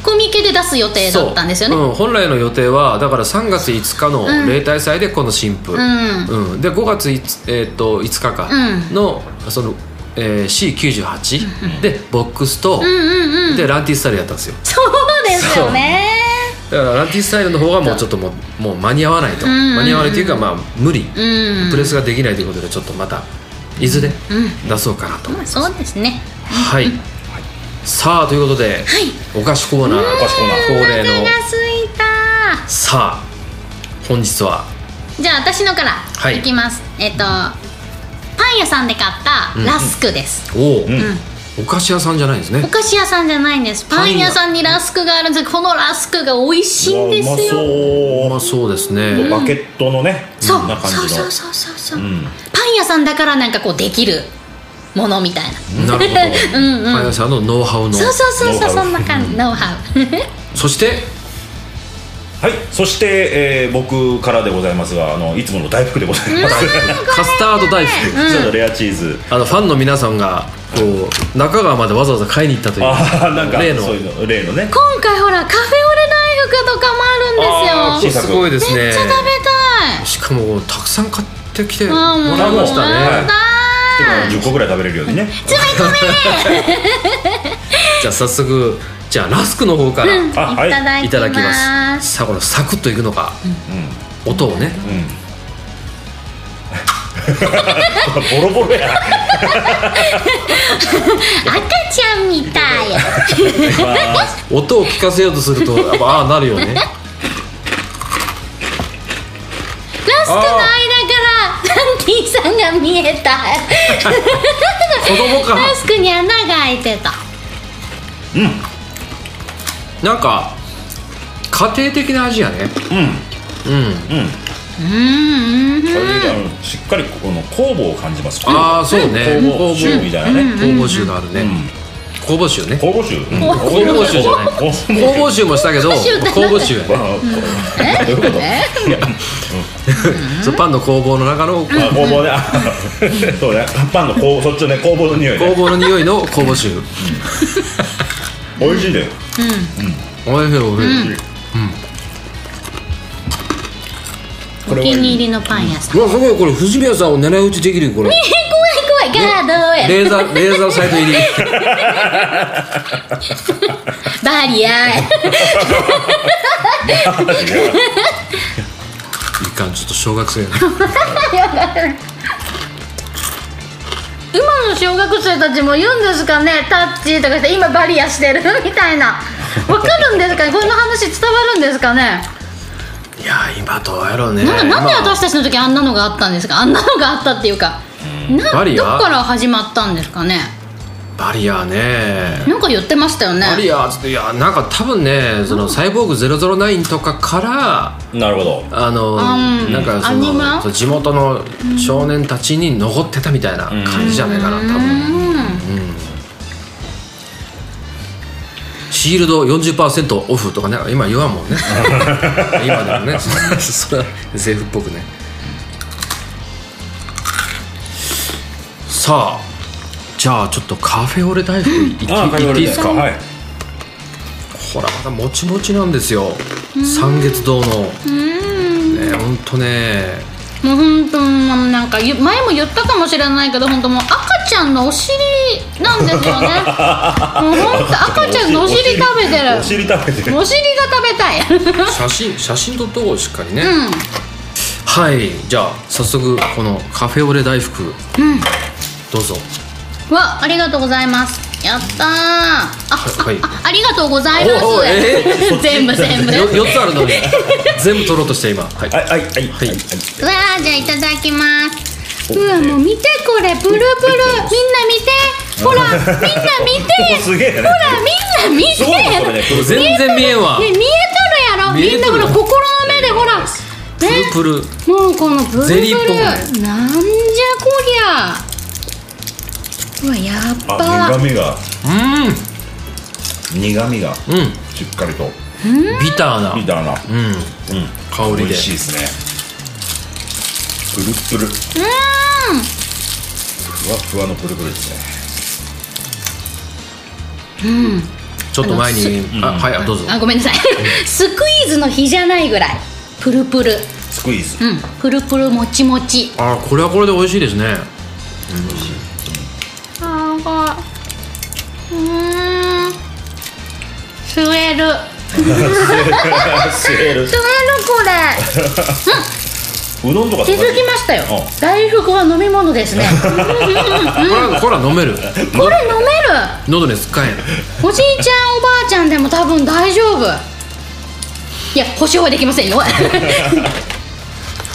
S3: コミケで出す予定だったんですよね
S4: そううん、本来の予定はだから3月5日の例大祭でこの新婦、
S3: うん
S4: うんで5月 5,、えーっと5日か
S3: う
S4: の,、そのえー C98 でボックスと、
S3: うんうんうん
S4: でランティスタイルやったんですよ
S3: そうですよね
S4: だからランティスタイルの方がもうちょっともうもう間に合わないと、
S3: んうんうん
S4: 間に合わないというかまあ無理、
S3: うん
S4: プレスができないということでちょっとまたいずれ出そうかなと、
S3: まあそうですね
S4: はい、さあということで、お菓子コーナー
S2: お菓子コーナー
S4: 恒
S3: お
S4: 例
S3: 腹
S4: の
S3: がすいた
S4: さあ本日は
S3: じゃあ私のから、
S4: はい
S3: い、きますえっ、とパン屋さんで買ったラスクです、
S4: おお、
S2: ん
S4: お菓子屋さんじゃないんです
S3: お
S4: ね
S3: 菓子屋さんじゃないんですパン屋さんにラスクがあるんですこのラスクが美味しいんで
S2: うわ
S3: すよ
S2: う
S4: ま
S2: ま
S4: あそうです
S2: そう、
S4: ね
S2: バケットのね
S3: そう
S2: な感じ
S3: そ
S2: の
S3: うそうそうそうそう、
S2: ん
S3: パン屋さんだからなんかこうできるものみたいな
S4: なるほど
S3: うんうん
S4: パン屋さんのノウハウの
S3: そうそうそうそう
S2: ノウハ
S3: そ
S2: ウ
S3: んな感じノウハウ
S4: そして
S2: はいそして、えー僕からでございますがあのいつもの大福でございます、
S4: カスタード大福、
S2: ちょっとレアチーズ、
S4: あのファンの皆さんがこう中川までわざわざ買いに行ったという
S2: ああなんか
S4: 例の
S2: そういうの例のね
S3: 今回ほらカフェオレ大福とかもあるん
S2: ー
S3: で
S2: 新
S3: す
S2: 作
S4: すごいです
S3: よめ
S4: ね
S3: っちゃ食べたい
S4: しかもたくさん買ってきても
S3: あーもう
S4: らいまし
S3: もら
S4: た
S3: っ
S4: ね
S3: た
S2: 10個ぐらい食べれるようにね
S4: じゃあ早速じゃあラスクの方から
S2: あはい
S3: いただ
S4: い
S3: き
S4: ただきます,、
S3: ます
S4: さあこのサクッといくのか、音をね
S2: うんボロボロや、
S3: 赤ちゃんみたい
S4: 音を聞かせようとするとやっぱああなるよ ね
S3: ラスクの間からランティさんが見えた
S4: 子供か
S3: ラスクに穴が開いてた
S4: なんか家庭的な味やねうん
S3: うんうん
S2: それであのしっかりこの酵母を感じます
S4: あーそうね
S2: 酵母臭みたいなね、
S4: 神々臭があるね、公募集ね
S2: 公募集うん
S4: 公募集じゃない
S2: 公募集
S4: 公募集もしたけど公
S3: 募集ってなんだ
S4: 募集やね
S2: あどういうこと
S3: え
S4: そうパンの工房の中の
S2: あ工房ねあそうねパンの工そっちのね工房の匂い
S4: 工
S2: ね
S4: 房の匂いの公募集
S2: 美味しい
S4: おいしい
S2: ね
S4: おいしい、
S3: お気に入りのパン屋さん
S4: うわすごいこれ藤宮さんを狙い撃ちできるよこれ
S3: 怖い怖いガードや
S4: レーザーレーザーサイト入り
S3: バリアー
S4: いかんちょっと小学生
S3: 今の小学生たちも言うんですかねタッチとか言って今バリアしてる みたいなわかるんですかねこの話伝わるんですかね
S4: いやー今どうやろうね
S3: なんかなんで
S4: まあ
S3: 私たちの時あんなのがあったんですかあんなのがあったっていうかな
S4: バ
S3: ど
S4: リア
S3: こから始まったんですかね
S4: バリアーね
S3: なんか言ってましたよね
S4: バリアーっつっていやなんか多分ねそのサイボーグ009とかから
S2: なるほど
S4: あの
S3: うん
S4: なんかそ
S3: アニメ
S4: のそう地元の少年たちに残ってたみたいな感じじゃないかな多分
S3: うん
S4: シールド40%オフとかね今言わんもんね今でもねそれは SF っぽくねさあじゃあちょっとカフェオレ大福いい
S2: あ
S4: いっていいですか
S2: はい
S4: ほらまたもちもちなんですよ三月堂のねほんとね
S3: もう本当なんかゆ前も言ったかもしれないけど本当もう赤ちゃんのお尻なんです よねもう本当赤ちゃんのお尻食べてる
S2: お尻食べてる
S3: お尻が食べたい
S4: 写真写真撮っとこうしっかりね、
S3: うん
S4: はいじゃあ早速このカフェオレ大福、どうぞ
S3: わありがとうございますやったーあ、
S4: はい
S3: あありがとうございます
S4: おおえ
S3: 全部全部
S4: よ4つあるのに全部取ろうとして今はい
S2: はいはいは
S4: は
S2: い
S4: い
S3: わあじゃあいただきますうわもう見てこれブルブルみんな見てほらみんな見て
S2: すげえね
S3: ほらみんな見て
S2: すごいねこれね
S4: これ全然見えんわ
S3: ね見えとるやろ
S4: 見えと
S3: み
S4: る
S3: んなほら心の目でほらね
S4: プルプル
S3: もうこのブルブル
S4: ゼリーっぽ
S3: なんじゃこりゃうわやっ
S2: あ苦
S3: ぱ
S2: 味が
S4: う
S2: 苦味が
S4: んうん
S2: しっかりと
S4: ビターな
S2: ビターな
S4: うん
S2: うん
S4: 香りで
S2: 美味しいですねプルプルふ
S3: うん
S2: わふわのプルプルですね
S4: ちょっと前にあはいあどうぞ
S3: あごめんなさいスクイーズの比じゃないぐらいプルプル
S2: スクイ ーズ
S3: うんプルプルもちもち
S4: あこれはこれで美味しいですね
S3: あーがうーん吸える
S2: 吸える
S3: 吸えるこれ
S2: うどんとか
S3: 気づきましたよ
S2: う
S3: 大福は飲み物ですね
S4: これはこれは飲める
S3: これ飲める
S4: 喉にすっかんやん
S3: おじいちゃんおばあちゃんでも多分大丈夫いや保証はできませんよ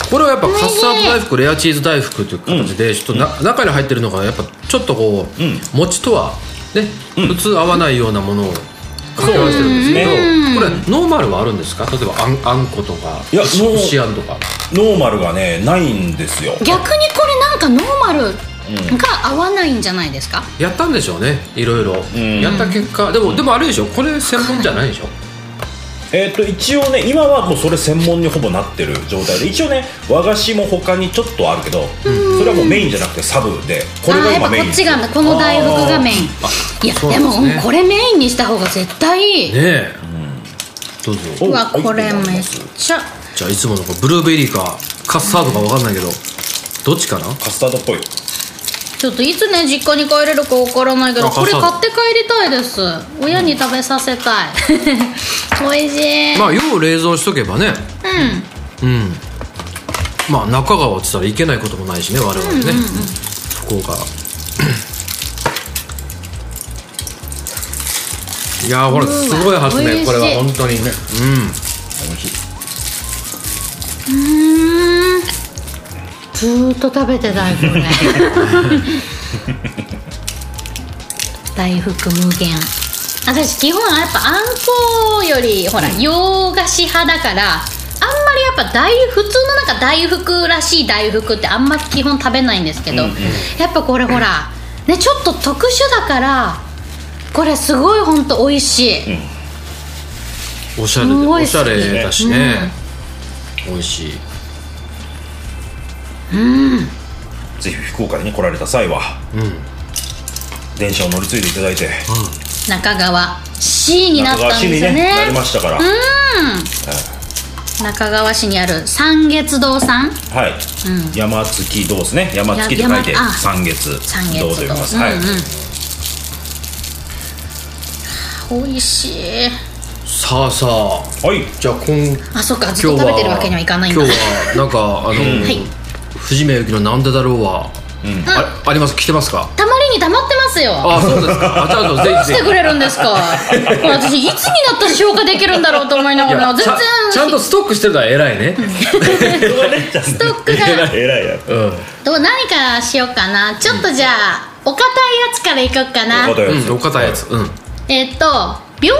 S4: これはやっぱカッサード大福レアチーズ大福という形で、ちょっとな中に入ってるのがやっぱちょっとこう、
S2: うん
S4: 餅とはね、普通合わないようなものを掛け合わせてるんですけど、
S3: うん
S4: これノーマルはあるんですか例えばあんあんことか
S2: いや
S4: し
S2: もう
S4: しあんとか
S2: ノーマルがねないんですよ
S3: 逆にこれなんかノーマルが合わないんじゃないですか、
S4: やったんでしょうねいろいろ、
S2: うん
S4: やった結果でもでもあれでしょこれ専門じゃないでしょ
S2: えっと一応ね今はもうそれ専門にほぼなってる状態で一応ね和菓子も他にちょっとあるけどそれはもうメインじゃなくてサブでこれが
S3: あーやっ
S2: 今
S3: ぱこ
S2: メイン
S3: っちがこの大福がメインいや
S4: そう
S3: で
S4: なんで
S3: も
S4: すね
S3: うんこれメインにした方が絶対い
S4: ね
S3: い、
S4: え、どうぞ
S2: お
S3: うわ
S2: はい
S3: これめっちゃ
S4: じゃあいつものこうブルーベリーかカッサードか分かんないけどどっちかな
S2: カスタードっぽい
S3: ちょっといつね実家に帰れるかわからないけど
S4: あ
S3: これ
S4: そう
S3: 買って帰りたいです親に食べさせたい美味しい、
S4: まあ要冷蔵しとけばね
S3: うん
S4: うんまあ中川って言ったらいけないこともないしね我々ね、福岡いやーほらすごい発
S3: 美味
S4: 明
S3: しい
S4: これは本当にね
S2: 美味しいう
S3: ーんずーっと食べてたいこれ 大福無限私基本はやっぱあんこよりほら洋菓子派だからあんまりやっぱ大普通のなんか大福らしい大福ってあんま基本食べないんですけど、やっぱこれほら、ね、ちょっと特殊だからこれすごい本当美味しい、
S4: おしゃれ
S3: す
S4: で
S3: ごい
S4: お
S3: 好き
S4: しゃれだしね、美味しい
S2: ぜひ福岡に、ね、来られた際は、電車を乗り継いでいただいて
S3: 中川 C になったんです
S2: 中川
S3: よ
S2: 市に、
S3: ね
S2: なりましたから、
S3: 中川市にある三月堂さん
S2: はい、山月堂ですね山月と書いて
S3: や山あ
S2: 三月
S3: 三月
S2: 堂と言
S3: 堂
S2: います、はい
S3: うんうん、美味しい
S4: さあさあ
S2: はい
S4: じゃあ今
S3: あそっかずっ
S4: 今日
S3: と食
S4: は
S3: べてるわけにはいかないんだ
S4: 今日はなんかあの、
S3: はい
S4: 藤宮ゆきの「なんでだろうは」ああります来てますか
S3: たまりにたまってますよ
S4: あそうですかあじゃあじゃあぜひぜ
S3: 来て
S4: ひ
S3: くれる んですかこれ私いつになったら消化できるんだろうと思いないがら
S4: や
S3: 全
S4: ちゃ
S3: 然
S4: んちゃんとストックしてるのは偉いね
S3: ストックが
S2: えらいや
S4: うん、
S3: どう何からしようかなちょっとじゃあ、お堅いやつからいこうかな
S2: お堅い
S4: うん、お堅いやつうん
S3: えっと病院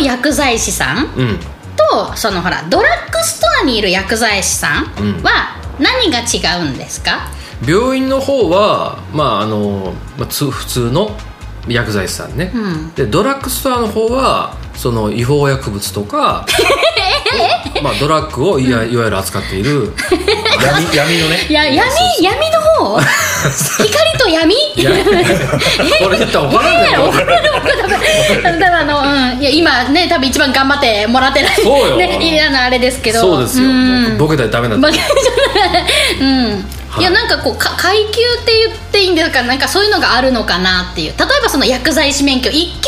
S3: の薬剤師さん
S4: うん
S3: とそのほらドラッグストアにいる薬剤師さん
S4: うん
S3: は何が違うんですか、
S4: 病院の方はまああの、まあ、つ普通の薬剤師さんね、
S3: うん
S4: でドラッグストアの方はその違法薬物と かまあドラッグをいやいわゆる扱ってい る
S2: 闇闇のね
S3: いや闇闇の 方光と闇
S4: いやこれ言ったら怒られるよ
S3: 多分あの、うん、いや今ね多分一番頑張ってもらってない
S4: そうよ
S3: ね、いやあのあれですけど
S4: そうですよ
S3: ん
S4: もうボケたらダメなん
S3: バ
S4: だ
S3: カじゃないうん、い、やなんかこうか階級って言っていいんですかなんかそういうのがあるのかなっていう例えばその薬剤師免許1級を持っ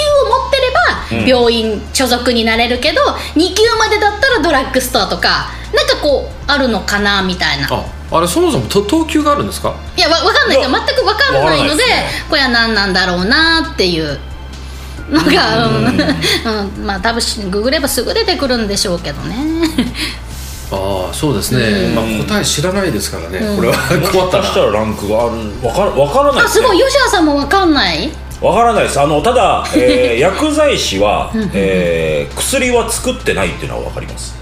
S3: てれば病院所属になれるけど、2級までだったらドラッグストアとかなんかこうあるのかなみたいな
S4: ああれそもそもと等級があるんですか
S3: いやわわかんないですよ全くわかんないの
S2: わ
S3: で
S2: からないですね
S3: これは何なんだろうなっていうのがうん、うんまあ多分しググればすぐ出てくるんでしょうけどね
S4: ああそうですね、まあ、答え知らないですからね、これは困
S2: も
S4: っ
S2: したかした
S4: な
S2: らランクがあるわからわからない
S3: あ
S2: です
S3: す
S2: ね
S3: ごい吉野さんもわかんない
S2: わからないですあのた だ、えー薬剤師は、えー薬は作ってないっていうのはわかります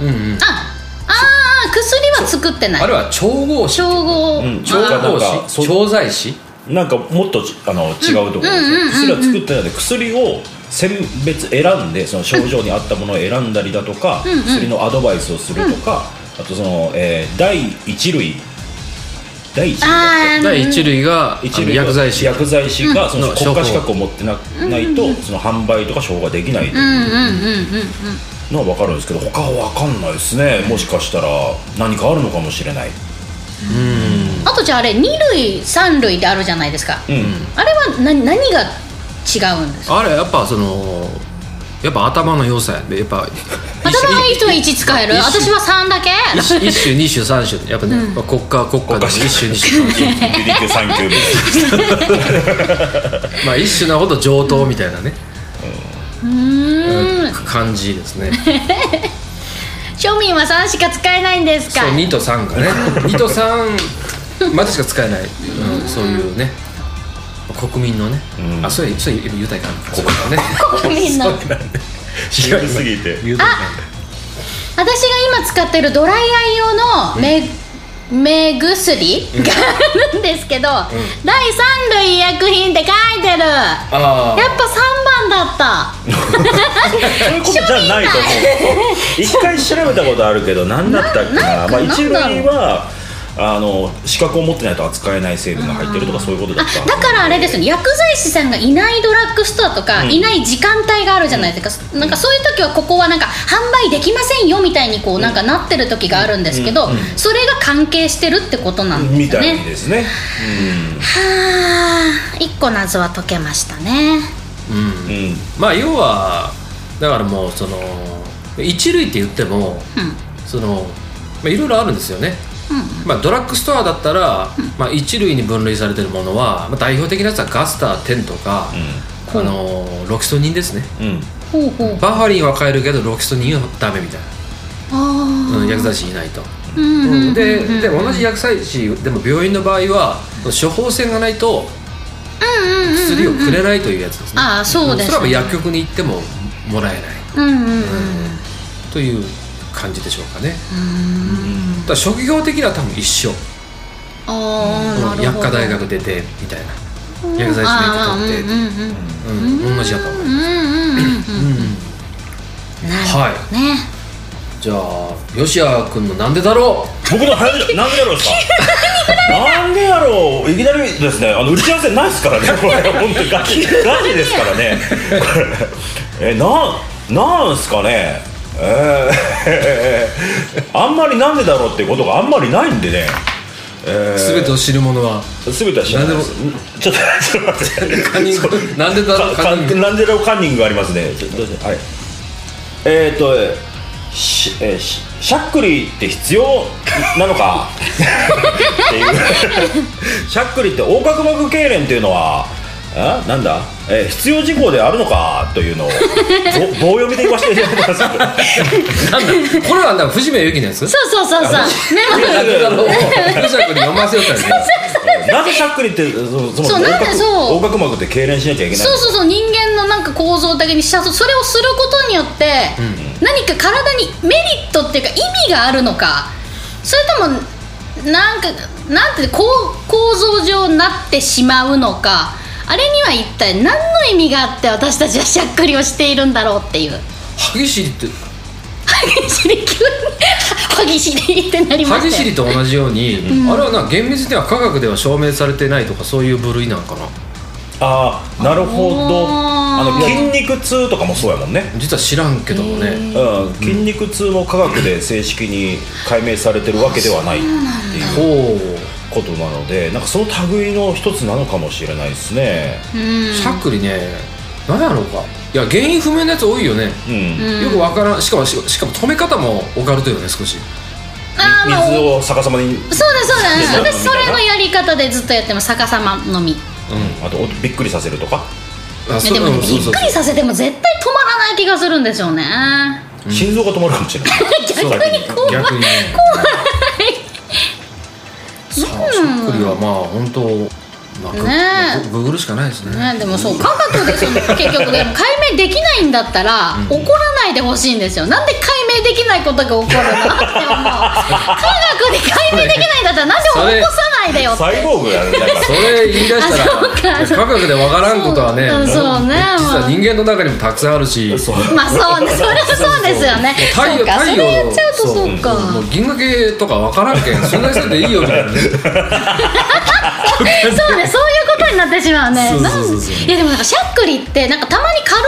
S4: うんうん
S3: ああー薬は作ってな い
S4: あれは調合師
S3: 調合、
S2: ん
S4: 調
S2: 合
S4: 合
S2: なんかそ
S4: 師調剤師
S2: なんかもっとあの違うところですね薬は作ってないので薬を選別選んでその症状に合ったものを選んだりだとか、薬のアドバイスをするとか、あとその、えー第一類第一類だっけ
S3: あー
S4: 第一類があの
S2: 類
S4: 薬剤師
S2: 薬剤師がその
S4: うん
S2: 国家資格を持ってな,、ないとその販売とか消化できないと
S3: うんうん
S2: いう
S3: うんうんうん
S2: のは分かるんですけど他は分かんないですねもしかしたら何かあるのかもしれ ない、
S3: あとじゃああれ2類3類であるじゃないですか、
S2: うん、
S3: あれは何何が違うんですか
S4: あれやっぱそのやっぱ頭の良さやでやっぱ
S3: 頭がいい人は1使える
S4: 一種
S3: 私は3だけ
S4: 一種一種二種三種やっぱね、まあ国家国家でも一種二種三種
S2: リ級3級みたいな
S4: まあ一種なほど上等みたいなね、
S3: うん
S4: 感じですね
S3: 庶民は3しか使えないんですか
S4: そう2と3がね2と3までしか使えない、うん、そういうね国民のね、あそれそれ言うたいかなそうだね
S3: 国民の
S2: 広すぎて
S4: 言うたいか
S3: 私が今使ってるドライアイ用の目,、目薬があるんですけど、第3類医薬品って書いてるやっ
S4: なあ
S3: ぱ3番だった
S2: そういうことじゃないと思う一回調べたことあるけど何だったっけなま
S3: な
S2: あ、
S3: なんか
S2: 一類
S3: なんだろう
S2: はあの資格を持ってないと扱えない成分が入ってるとかそういうことだ
S3: あ
S2: った
S3: だからあれですよね薬剤師さんがいないドラッグストアとか、いない時間帯があるじゃないですか、なんかそういう時はここはなんか販売できませんよみたいにこうなんかなってる時があるんですけど、それが関係してるってことなんで
S2: み
S3: すよ
S2: たい
S3: ね
S2: ですね
S3: はあ一個謎は解けましたね
S4: うん
S2: うん、うん
S4: まあ要はだからもうその一類って言っても
S3: うん
S4: そのまあいろいろあるんですよね
S3: うん
S4: まあ、ドラッグストアだったら、まあ、一類に分類されてるものは、まあ、代表的なやつはガスター10とか、あのーロキソニンですね
S2: うん
S3: ほうほう
S4: バファリンは買えるけどロキソニンはダメみたい
S3: あ
S4: な、うん、薬剤師いないと、
S3: ーうんうんうんうん
S4: ででも同じ薬剤師でも病院の場合は処方箋がないと薬をくれないというやつですね、
S3: ああそうです
S4: それは薬局に行ってももらえない
S3: うんうんうん
S4: という感じでしょうかねだから職業的には多分一緒
S3: ああなるほど
S4: 薬科大学出てみたいな薬剤師
S3: あ
S4: 免許取って
S3: ー
S4: うん同じやったわ
S3: うんうんうんうんうんうんうんうんなるほ
S4: はい
S3: どね
S4: じゃあよしやくんのなんでだろ
S2: 僕の早口なんでやろうですかなんでやろういきなりですねあの打ち合わせないですからねこれ本当にガチガチですからねこれえなんなんすかねえー、 あんまりなんでだろうっていうことがあんまりないんでね
S4: うすべてを知る者は
S2: すべては知らないですちょっとちょっと待って
S4: カンニングなんでだろう
S2: か
S4: カンニング
S2: かなんでだろうカンニングがありますねちょどうしようはいえー、っとえーし,、えーししゃっくりって必要なのかっていうしゃっくりって横隔膜痙攣っていうのはあなんだ、えー必要事項であるのかというのをぼ棒読みで言わせていただきます
S4: なんだこれはなんだ藤目由紀のやつ
S3: そうそうそうそう
S4: な
S3: ね
S4: んでだろうよしやくんに読ませようったよね
S2: なぜしゃっくりってそもそも
S3: そうなんでそう
S2: 横隔膜って痙攣しなきゃいけない
S3: そうそうそう人間のなんか構造的にしたそれをすることによって、何か体にメリットっていうか意味があるのかそれともなんかなんてこう構造上なってしまうのかあれには一体何の意味があって私たちはしゃっくりをしているんだろうっていう
S4: 歯ぎしりって
S3: 歯ぎしり急に歯ぎしりってなりま
S4: 歯
S3: した
S4: ぎ
S3: よ
S4: しりと同じように、あれはな厳密には科学では証明されてないとかそういう部類なんかな
S2: ああなるほどあ
S3: あー
S2: の筋肉痛とかもそうやもんね
S4: 実は知らんけどもね
S2: うん、筋肉痛も科学で正式に解明されてるわけではないっていう
S4: ほう
S2: ことなのでなんかその類の一つなのかもしれないですね
S3: うん
S4: しゃっくりね何やろうかいや原因不明のやつ多いよね、
S2: うん、
S3: うん
S4: よくわからんしかもししかも止め方もオカルトよね少し
S3: あーまあ
S2: 水を逆さまに、うん、
S3: そうだそうだ、
S2: で
S3: 私それのやり方でずっとやってます逆さまのみ
S2: あとおびっくりさせるとか、
S4: あ
S3: ねでもね
S4: うん
S3: びっくりさせても絶対止まらない気がするんですよね
S2: 心臓が止まるかもしれない
S4: そうそうそう逆に怖いさあしゃっくりはまあ本当まあグ
S3: ねえ
S4: グググるしかないですね
S3: ねでもそう科学でそ の結局でも解明できないんだったら起こらないでほしいんですよなんで解明できないことが起こるのって思う科学で解明できないんだったらなんで
S4: それ
S3: 起こさないでよって
S2: サイボーグやるみたいな
S4: それ言い出した
S3: あ
S4: ら
S3: そうか
S4: 科学でわからんことはね
S3: そうそうね
S4: 実は人間の中にもたくさんあるし
S2: そう
S3: まあそうねそれはそうですよね
S4: 太陽
S3: そうか
S4: 太
S3: そ
S4: 陽
S3: れやっちゃうとそうか
S4: もう銀河系とかわからんけ んそんな人でいいよみたいなね
S3: そう ね、そういうことになってしまうね。
S4: そう
S3: なん
S4: そうそうそう
S3: いやでもなんかしゃっくりってなんかたまに軽い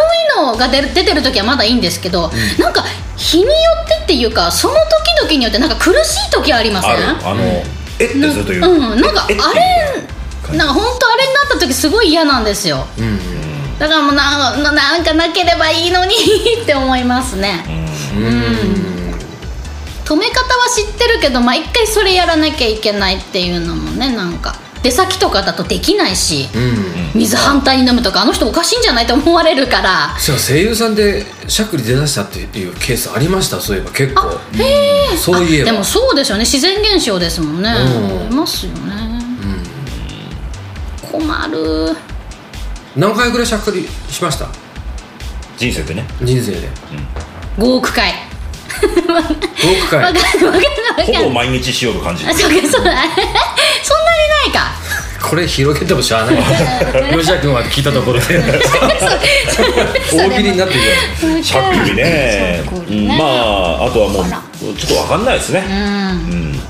S3: のが出る出てる時はまだいいんですけど、なんか日によってっていうかその時々によってなんか苦しい時ありません。
S2: あるあの、えって
S3: な
S2: ずっと言う、
S3: うん、なんか
S2: えって
S3: あれなんか本当あれになった時すごい嫌なんですよ。
S4: うんうん
S3: だからもうなななんかなければいいのにって思いますね。止め方は知ってるけど毎回それやらなきゃいけないっていうのもねなんか出先とかだとできないし。
S4: うん
S3: 水反対に飲むとかあの人おかしいんじゃないと思われるから
S4: そう声優さんでしゃっくり出だしたっていうケースありましたそういえば結構
S3: あへえ
S4: そういえば
S3: でもそうですよね自然現象ですもんね
S4: うん
S3: いますよね困る
S4: 何回ぐらいしゃっくりしました
S2: 人生でね
S4: 人生で
S3: 5億回
S4: 5億
S3: わ
S4: 回
S3: かんないわかんないわかんな
S2: ほぼ
S3: い
S2: 毎日しよる感じ
S3: あそうかそうだ そんなにないか
S4: これ広げてもしゃあないロシア君は聞いたとこ ろで大喜利になってるじゃ
S2: しゃっくりね
S3: しゃっく
S2: う
S3: り
S2: ん
S3: ね
S2: まああとはも
S3: あら
S2: うちょっとわかんないですね
S3: うん
S2: うん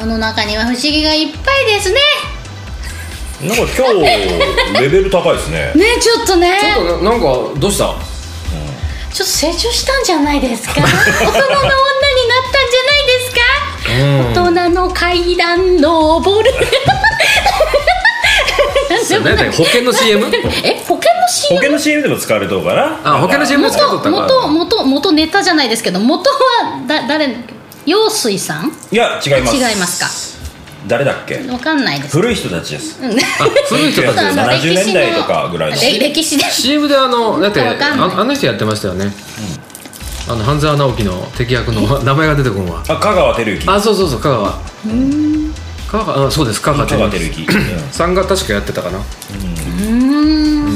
S3: 世の中には不思議がいっぱいですね
S2: なんか今日レベル高いですね
S3: ねちょっとね
S4: ないちょっとななんかどうした
S3: ちょっと成長したんじゃないですか大人の女になったんじゃないですか、大人の階段登る
S4: 何やったっけ保険の CM?
S3: え保険の
S2: 保
S3: CM
S2: 険の CM でも使われとうかな
S4: あ保険の CM 作っとった
S3: 元
S4: から
S3: 元元元ネタじゃないですけど元はだ誰陽水さん
S2: いや違います
S3: 違います
S2: 誰だっけ
S3: かわかんないです
S2: 古い人たちです
S4: あそういう人たちですね
S2: 70年代とかぐらいの
S3: れ歴史で
S4: CM であのだって
S3: わかんない
S4: ああの人やってましたよね、あの半沢直樹の敵役の名前が出てこんわ
S2: あ香川照之
S4: あそうそうそう香川香川あそうです香川
S2: 香川
S4: 照
S2: 照
S4: 之
S2: 之
S4: さんが確かやってたかな
S3: うーん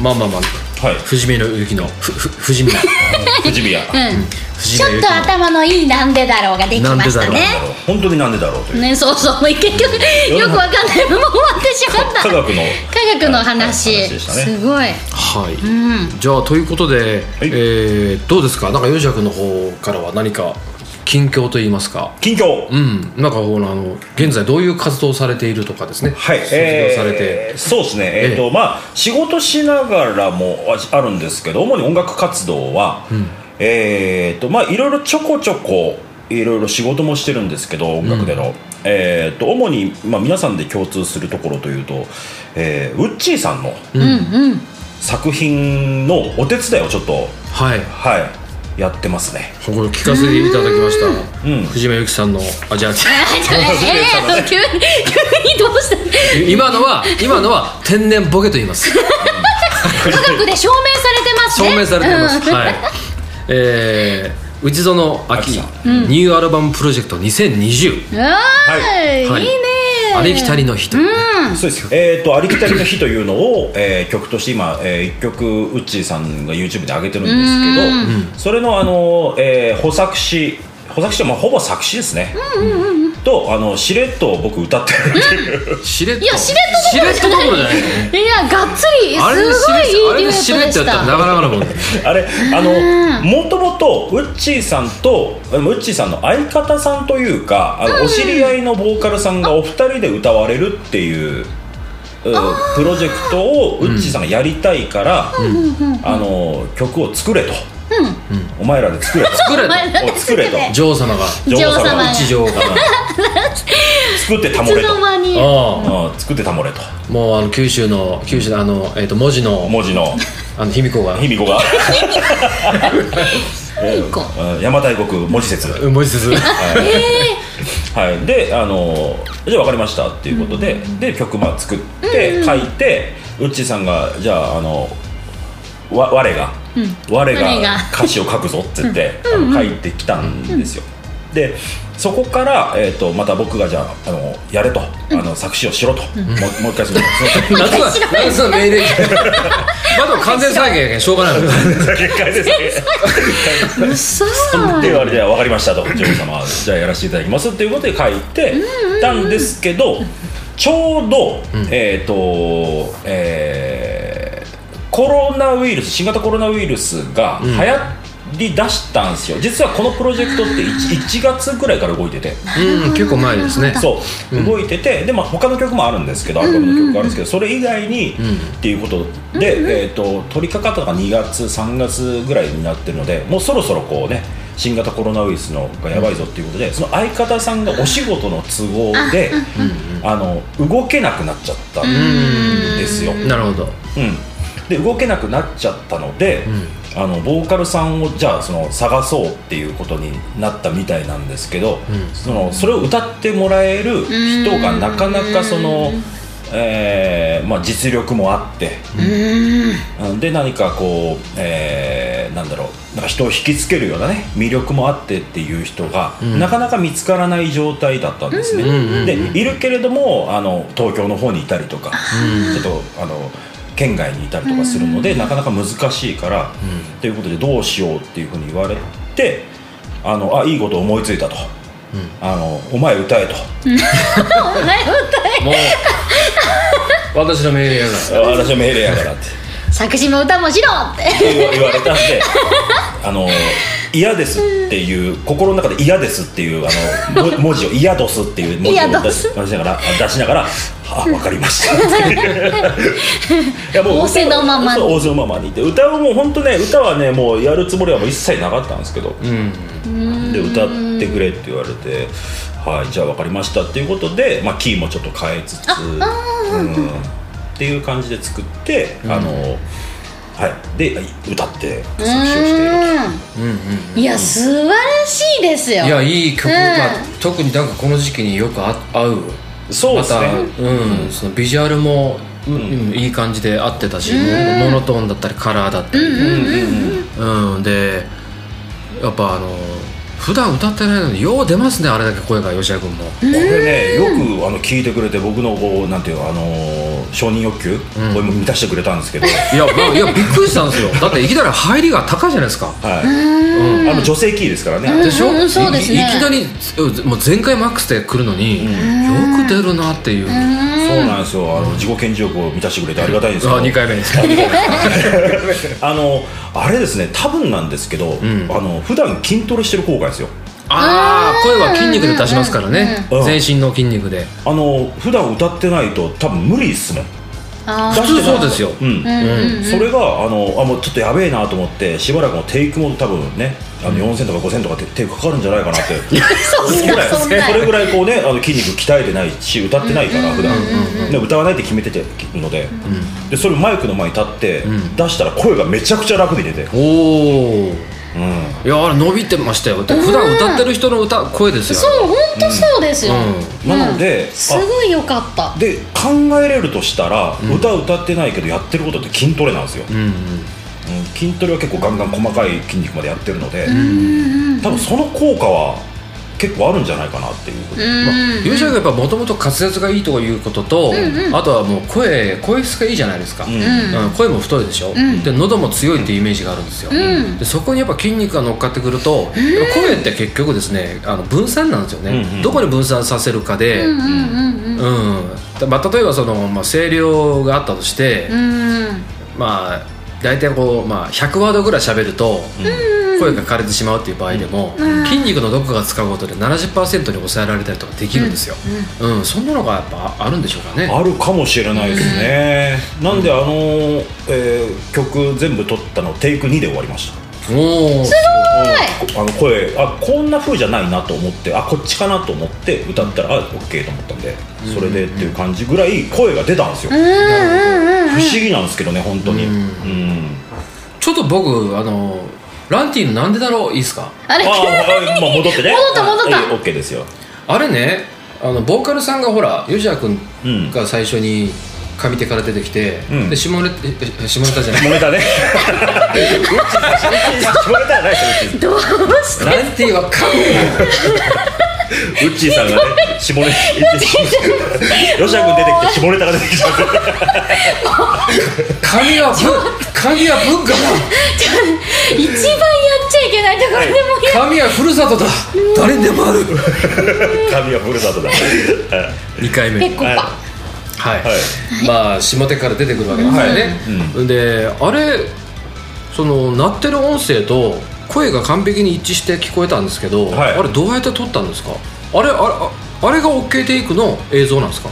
S4: まあまあまあ
S2: はい
S4: 藤見の雪のふふ藤見
S2: 藤宮
S3: うん
S4: 藤
S3: ち
S4: 井
S3: ょ
S4: が言
S3: っ
S4: うと
S3: と頭のいいなんでだろうができましたね
S2: 本当になんでだろうという
S3: ねそうそうもう結局よくわかんないもう終わってしまった
S2: 科学の
S3: 科学の話、
S2: はい話でしたね
S3: すご
S4: は
S3: い
S4: い、
S3: うん
S4: じゃあということで、
S2: はい
S4: えーどうですかなんかヨジャ君の方からは何か近況といいますか
S2: 近況
S4: うんなんかほらあの現在どういう活動をされているとかですね
S2: はい、
S4: 卒業されて、
S2: えーそうですね、えーと
S4: え
S2: まあ、仕事しながらもああるんですけど主に音楽活動は、えーとまあ、いろいろちょこちょこいろいろ仕事もしてるんですけど音楽での、えーと主に、まあ、皆さんで共通するところというと、えーウッチーさんの
S3: うんうん
S2: 作品のお手伝いをちょっと、
S4: はい
S2: はい、やってますね。
S4: これ聞かせていただきました、
S2: うん
S4: 藤宮由紀さんのあじゃあ
S3: ええ 急に急にどうした
S4: 今のは今のは天然ボケと言い ます
S3: 科学で証明されてますね
S4: 証明されています、
S3: うん
S4: はいえー内園秋
S2: 秋
S4: ニューアルバムプロジェクト2020
S3: うわーい、、
S4: はいい
S3: いね
S4: ありきたりの日というね、
S2: そうですえー、とありきたりの日というのを、えー曲として今、え1曲ウッチーさんが YouTube で上げてるんですけど、それの、あのえー、補作詞補作詞はまあほぼ作詞ですね、とあのしれっと僕歌ってるっていう、
S4: しれっと
S3: いやしれっとどころじゃない
S4: しれっとどころじゃないね
S3: いやがっつり
S4: あれですし
S3: ご
S4: れ
S3: いい
S4: あれ
S3: い
S4: で
S3: デュエッ
S4: し
S3: ト
S4: れ
S3: で
S4: っとや
S3: し
S4: ったら
S3: た
S4: なかなかなもんね
S2: あれあのもともとウッチーさんとウッチーさんの相方さんというかあの、お知り合いのボーカルさんがお二人で歌われるっていう。うんプロジェクトをウッチーさんがやりたいから、あの曲を作れと、お前らで 作れと
S4: 作れ
S3: お前
S4: と
S3: なんで
S2: 作れと
S4: 女王様が
S3: 女王様が
S4: 一 条が
S2: 作ってた
S3: い
S2: も
S3: つ
S2: れと
S3: の間に
S4: あ
S2: うん作ってたもれと
S4: あもうあの九州の九州のあの、えー、と文字の
S2: 文字の
S4: あの卑弥呼が
S2: 卑弥呼 が
S3: 一個
S2: うん山大国文字説
S4: うん文字説
S2: はい、であのじゃあ分かりましたっていうことで,、で曲まあ作って書いて、うっちーさんがじゃああのわ我が、我
S3: 我が
S2: が歌詞を書くぞって言って、あの書いてきたんですよ、でそこから、えー、とまた僕がじゃああのやれと、あの作詞をしろと、もうもう一回その その
S4: 夏は夏は命令まあでも完全再現やけんしょうがないもんね
S2: 結果ですね
S3: うっそー
S2: って言われて「分かりました」と「女王様じゃあやらせていただきます」っていうことで書いてたんですけどちょうど、えっ、とえーコロナウイルス新型コロナウイルスが流行り出したんですよ、実はこのプロジェクトって 1, 月ぐらいから動いてて
S4: うん結構前ですね
S2: そう、動いててで、まあ、他の曲もあるんですけどアルバムの曲があるんですけど、それ以外に、っていうことで、えー、と取り掛かったのが2月3月ぐらいになってるのでもうそろそろこうね新型コロナウイルスのがやばいぞっていうことで、その相方さんがお仕事の都合で、あの動けなくなっちゃったんですよ。
S4: なるほど
S2: うん、で動けなくなっちゃったので、あのボーカルさんをじゃあその探そうっていうことになったみたいなんですけど、そのそれを歌ってもらえる人がなかなかその、えーまあ、実力もあって、うんで何かこう、えーなんだろうなんか人を引きつけるようなね魅力もあってっていう人が、なかなか見つからない状態だったんですね、でいるけれどもあの東京の方にいたりとか、ちょっとあの県外にいたりとかするので、なかなか難しいから、ということでどうしようっていうふうに言われてあのあいいこと思いついたと、あのお前歌え と
S3: お前歌え
S4: もう 私の命令やか
S2: 私は命令やからって
S3: 作詞も歌もしろって
S2: 言わ言われ たんであの嫌ですっていう心の中で嫌ですっていうあのも文字を嫌どすっていう文字
S3: 嫌
S2: を
S3: ど
S2: 出
S3: す
S2: し出しながら出しながらあ 分かりましたっていういやもう
S3: 仰せのままに
S2: そう仰せのままにって歌はもう本当ね歌はねもうやるつもりはもう一切なかったんですけど、
S4: らうん
S2: で歌ってくれって言われてはいじゃあ分かりましたっていうことで、まあ、キーもちょっと変えつつ、うん、っていう感じで作って、あのはいで歌って作詞をしている
S3: いや素晴らしいですよ
S4: いやいい曲、
S3: うん
S4: まあ、特になんかこの時期によくあ合う
S2: そうで
S4: ますた、
S2: ね
S4: うんそのビジュアルも、うんいい感じで合ってたし、モモノトーンだったりカラーだったり、うんでやっぱあの普段歌ってないのによう出ますねあれだけ声が吉田君も
S2: これねよくあの聞いてくれて僕のこうなんていうのあのー承認欲求、
S4: ん
S2: これも満たしてくれたんですけど、
S4: いやまあいやびっくりしたんですよだっていきなり入りが高いじゃないですか
S2: はい、あの女性キーですからね、
S4: でしょ、
S3: うんうんそうですね
S4: いいきなりうんもう全開マックスで来るのに、よく出るなっていう、
S2: そうなんですよあの自己顕示欲を満たしてくれてありがたいんですけど
S4: あ2回目ですか
S2: あのあれですね多分なんですけど、
S4: ん
S2: あの普段筋トレしてる方がですよ
S4: ああ声は筋肉で出しますからね、
S2: うんうん
S4: 全身の筋肉で
S2: あの普段歌ってないと多分無理っすもん
S3: あ
S2: 出
S3: ー
S4: 普
S2: して
S4: 通
S2: ない
S4: そうですよ、
S2: うんそれがあのあもうちょっとやべえなと思ってしばらくもうテイクも多分ねあの4000とか5000とかってテイクかかるん じゃないかなって
S3: そう
S2: それぐらい
S3: そんな
S2: それぐらいこうねあの筋肉鍛えてないし歌ってないから普段で歌わないって決めててるので,、でそれマイクの前に立って、
S4: ん
S2: 出したら声がめちゃくちゃ楽に出て、うん、
S4: おおいやあれ伸びてましたよだって普段歌ってる人の歌声ですよ
S3: そう本当そうですよ、
S2: うんなので
S3: すごい良かった
S2: で考えれるとしたら、歌歌ってないけどやってることって筋トレなんですよ、
S4: うんうん
S2: うん筋トレは結構ガンガン細かい筋肉までやってるので、多分その効果は結構あるんじゃないかなっていう、
S3: うん
S4: 優勝がやっぱもともと滑舌がいいということと、あとはもう声声質がいいじゃないですか、うん声も太いでしょ、で喉も強いっていうイメージがあるんですよ、でそこにやっぱ筋肉が乗っかってくると、やっぱ声って結局ですねあの分散なんですよね、
S2: うんうん
S4: どこに分散させるかで、うんまあ、例えばその、まあ、声量があったとして、
S3: うん
S4: まあ大体こう、まあ、100ワードぐらい喋ると、声が枯れてしまうっていう場合でも、筋肉のどこかが使うことで70%に抑えられたりとかできるんですよ、うんそんなのがやっぱあるんでしょうかね
S2: あるかもしれないですね、なんであのーえー曲全部撮ったのテイク2で終わりました
S4: おお
S2: あの声あこんな風じゃないなと思ってあこっちかなと思って歌ったらあ OK と思ったんでそれでっていう感じぐらい声が出たんですよ、不思議なんですけどね本当にうん、
S4: ちょっと僕あのランティのなんでだろういいですか
S3: あれ
S2: ああ、まあ、戻ってね
S3: 戻った戻った
S2: あいい OK ですよ
S4: あれねあのボーカルさんがほら吉田君が最初に上手から出てきて、
S2: うん
S4: で下ネえ下ネタじゃない
S2: 揉めたね。絞れたじゃないですよ。
S3: どうし て
S4: ランティはか
S2: ウッチーさんがね、絞れ。ヨシャ君出てきて、絞れたが出てきた。
S4: 髪は文髪は文化だ
S3: 一番やっちゃいけないところでもや
S4: 神はふるさとだ誰にでもある
S2: 髪はふるさとだ。は
S4: 2回目
S3: ペコパ
S4: はい、
S2: い。
S4: まあ下手から出てくるわけですよね、であれその鳴ってる音声と声が完璧に一致して聞こえたんですけど、
S2: はい
S4: あれどうやって撮ったんですかあれあれああれが OK テイクの映像なんですか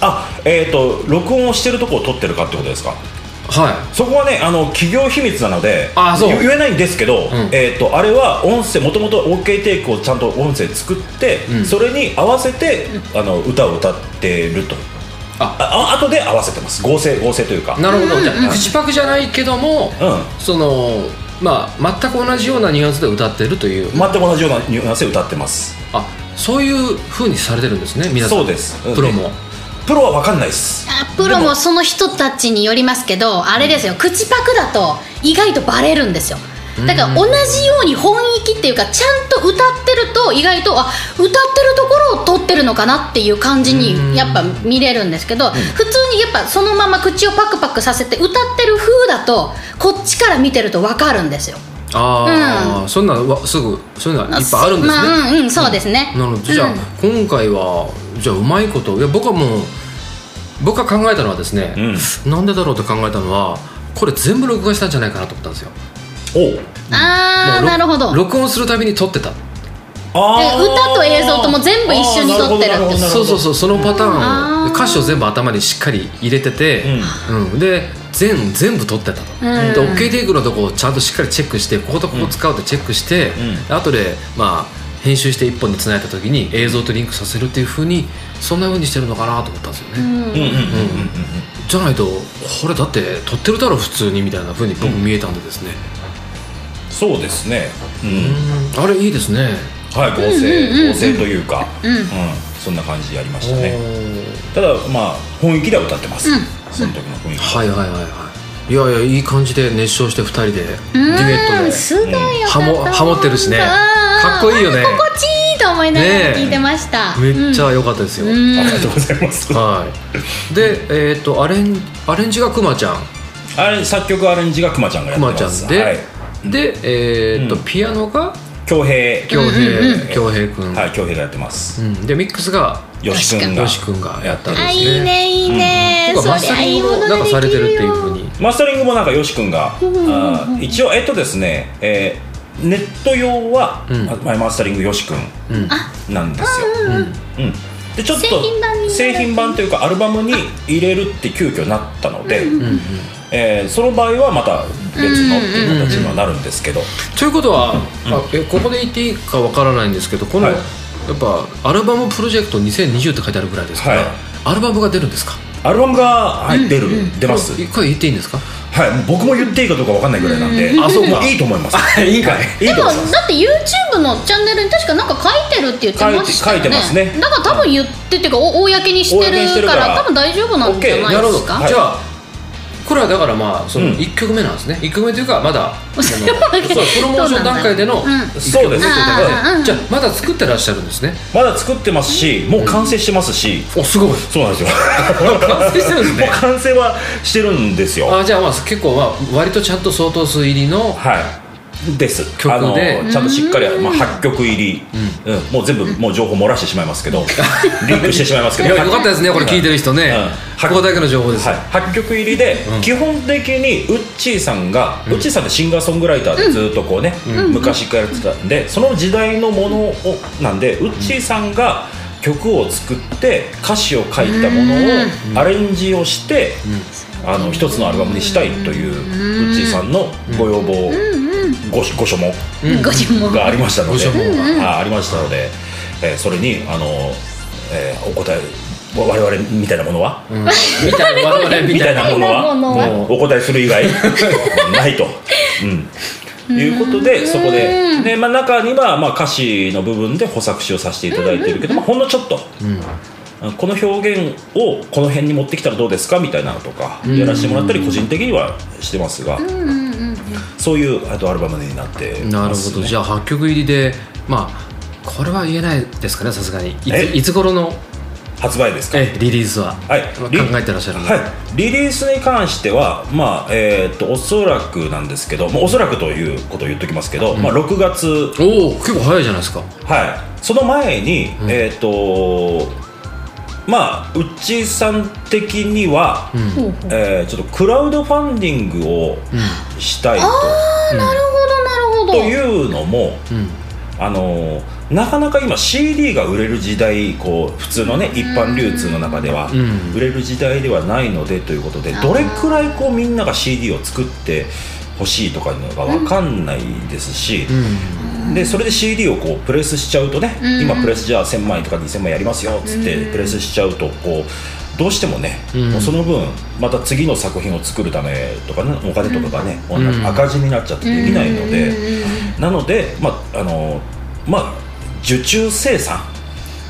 S2: あ、えっと、録音をしてるとこを撮ってるかってことですか。
S4: は
S2: そこはね、あの企業秘密なので、
S4: あそう
S2: 言言えないんですけど、
S4: ん
S2: えっと、あれは音声、もともと OK テイクをちゃんと音声作って、
S4: うん
S2: それに合わせて、あの歌を歌ってると。
S4: あ
S2: あ、あ後で合わせてます。合成、合成というか。
S4: いなるほど、じゃあ口パクじゃないけども、
S2: うん。
S4: そのまあ全く同じようなニュアンスで歌ってるという、
S2: 全く同じようなニュアンスで歌ってます
S4: あそういうふうにされてるんですね皆さん
S2: そうです
S4: プロも、
S2: プロは分かんないです
S3: あプロもその人たちによりますけどあれですよ口パクだと意外とバレるんですよだから同じように本域っていうかちゃんと歌ってると意外とあ歌ってるところを撮ってるのかなっていう感じにやっぱ見れるんですけど普通にやっぱそのまま口をパクパクさせて歌ってる風だとこっちから見てると分かるんですよ
S4: ああ、そんなんわすぐそういうのはいっぱいあるんですね、
S3: まあうんうんそうですね
S4: なのでじゃあ、
S3: うん
S4: 今回はじゃあうまいこといや僕はもう僕が考えたのはですね、なんでだろうと考えたのはこれ全部録画したんじゃないかなと思ったんですよ
S2: おう
S3: あ
S4: も
S3: ー
S4: うろ
S3: なるほど
S4: 録音するたびに撮ってた
S2: あ
S3: で歌と映像とも全部一緒に撮ってるって
S2: あーなほどなほどなほ
S4: そ
S2: ど
S4: うそうそうそのパターン
S3: あ
S4: を
S3: ー
S4: 歌詞を全部頭にしっかり入れてて、うんで全全部撮ってたと、
S3: ん
S4: で OK テイクのとこをちゃんとしっかりチェックしてこことここ使うってチェックして、
S2: うん
S4: で後でまあ編集して一本に繋いだ時に映像とリンクさせるっていうふうにそんなふうにしてるのかなと思ったんですよね、
S2: うんうんうんうん
S4: じゃないとこれだって撮ってるだろ普通にみたいな風に僕見えたんでですね、
S2: そうですねうん
S4: あれいいですね
S2: はい合成合成というかうんそんな感じでやりましたねただまあ本域では歌ってますその時の雰囲気
S4: はいはいはいはいやいやいい感じで熱唱して2人でデ
S3: う
S4: ュ
S3: ん
S4: エットです
S3: ごいよ
S4: ハ
S3: かった、
S4: モハモってるしねかっこいいよね
S3: あ心地いいと思いながら聞いてました、
S4: めっちゃ良かったですよ、
S3: うん
S2: ありがとうございます
S4: はいでえっ、とアレンアレンジがくまちゃん
S2: あれ作曲アレンジがくまちゃんがや
S4: く
S2: って
S4: まちゃ
S2: ま
S4: ん
S2: す
S4: で、
S2: はい
S4: でえっ、と、
S2: うん
S4: ピアノが
S2: 恭平
S4: 恭平恭平君、
S2: はい恭平がやってます
S4: うん、でミックスが
S2: よし君が
S4: よし君がやったんですね
S3: あいいねいいね、
S4: 僕
S3: そ
S4: はマ
S3: り
S4: スタ
S3: ゃ
S4: リン
S3: いい
S4: グ
S3: も
S4: を
S3: の
S4: なん
S3: が
S4: か
S3: で
S4: され
S3: き
S4: てるって
S3: る
S4: いう
S3: よ
S4: ふうに
S2: マスタリングもなんかよし君があー一応えっとですねえーネット用は
S4: うん
S2: あマスタリングよし君
S4: うん
S2: なんですようんでちょっと
S3: 製品版に
S2: 製品版というかアルバムに入れるって急遽なったのでえーその場合はまた別のっていう形にはなるんですけど
S4: ということは、あえここで言っていいかわからないんですけどこの、
S2: はい
S4: やっぱアルバムプロジェクト2020って書いてあるぐらいですから、
S2: はい
S4: アルバムが出るんですか
S2: アルバムがはい出る出ます
S4: 一回言っていいんですか
S2: はいもう僕も言っていいかどうかわかんないぐらいなんで
S4: んあそうか
S2: もいいと思います
S4: いいかい
S2: いい
S3: で
S2: と
S3: も
S2: 思います
S3: だって YouTube のチャンネルに確かなんか書いてるって言ってましたよね
S2: 書いて書いてますね
S3: だから多分言ってっていうかお公にして
S2: 公にして
S3: る
S2: る
S3: か
S2: から
S3: ら多分大丈夫なんじゃ
S2: オッ
S3: な
S2: ケ
S3: い
S4: な
S3: で
S4: るほ
S3: す
S4: ど、
S3: か
S2: はい
S4: じゃあこれはだからまあその
S2: うん
S4: 1曲目なんですね、一1曲目というかまだあのそうプ ロモーション段階での
S3: そうな
S4: 一曲目
S2: うん
S3: んだ
S4: とい
S3: そうです
S4: こと
S3: あー
S4: でじゃあまだ作ってらっしゃるんですね
S2: まだ作ってますしもう完成してますし、
S4: おすごい
S2: そうなんですよ
S4: 完成してるんです
S2: もう
S4: ね
S2: 完成はしてるんですよ
S4: あーじゃあまあ結構まあ割とちゃんと相当数入りの
S2: はいです
S4: 曲
S2: あの
S4: で
S2: ちゃんとしっかり、まあ、8曲入り、うんもう全部もう情報漏らしてしまいますけど リンクしてしまいますけ
S4: い
S2: ど
S4: やよかったですねこれ聞いてる人ね、
S2: うん
S4: ここだけの情報です、
S2: はい、8曲入りで、基本的にウッチーさんが、ウッチーさんってシンガーソングライターでずっとこうね、昔からやってたんでその時代のものをなんでウッチーさんが曲を作って歌詞を書いたものをアレンジをして、あの一つのアルバムにしたいというウッチーさんのご要望、ごご所望
S4: うん
S3: ご注文
S2: がありましたの
S4: ご
S2: で、
S4: 所望が
S2: あありましたので、えーそれにあの、えーお答え我々みたいなものは、
S4: うんみたいな 我々み
S2: み
S4: た
S2: た
S4: い
S2: い
S4: な
S2: なものは
S3: みたいなものは
S2: もうお答えする以 外ないと。うんいうことでそこでで、まあ、中にはまあ歌詞の部分で補作詞をさせていただいてるけど、まあ、ほんのちょっと、この表現をこの辺に持ってきたらどうですかみたいなのとかやらせてもらったり個人的にはしてますが、そういうあとアルバムになってます、ね、
S4: なるほどじゃあ8曲入りでまあこれは言えないですかねさすがにいつ
S2: え
S4: いつ頃の
S2: 発売ですか
S4: えリリースは、
S2: はい
S4: 考
S2: リ
S4: えてらっしゃるの
S2: はい、リリースに関しては、まあえー、とおそらくなんですけど、まあ、おそらくということを言っときますけど、まあ、6月、
S4: おお結構早いじゃないですか
S2: はい、その前に、えっ、とまあうっちーさん的には、
S3: ほうほう
S2: えーちょっとクラウドファンディングをしたいと,、
S3: なるほどな
S2: と
S3: るほど
S2: いうのも、
S4: うん
S2: あのなかなか今 CD が売れる時代こう普通のね一般流通の中では
S4: ん
S2: 売れる時代ではないのでということでどれくらいこうみんなが CD を作ってほしいとかいうのが分かんないですし、でそれで CD をこうプレスしちゃうとね、今プレスじゃあ1000枚とか2000枚やりますよっつってプレスしちゃうとこうどうしてもね、もうその分また次の作品を作るためとかねお金とかがね、赤字になっちゃってできないので、なのでまああのまあ受注生産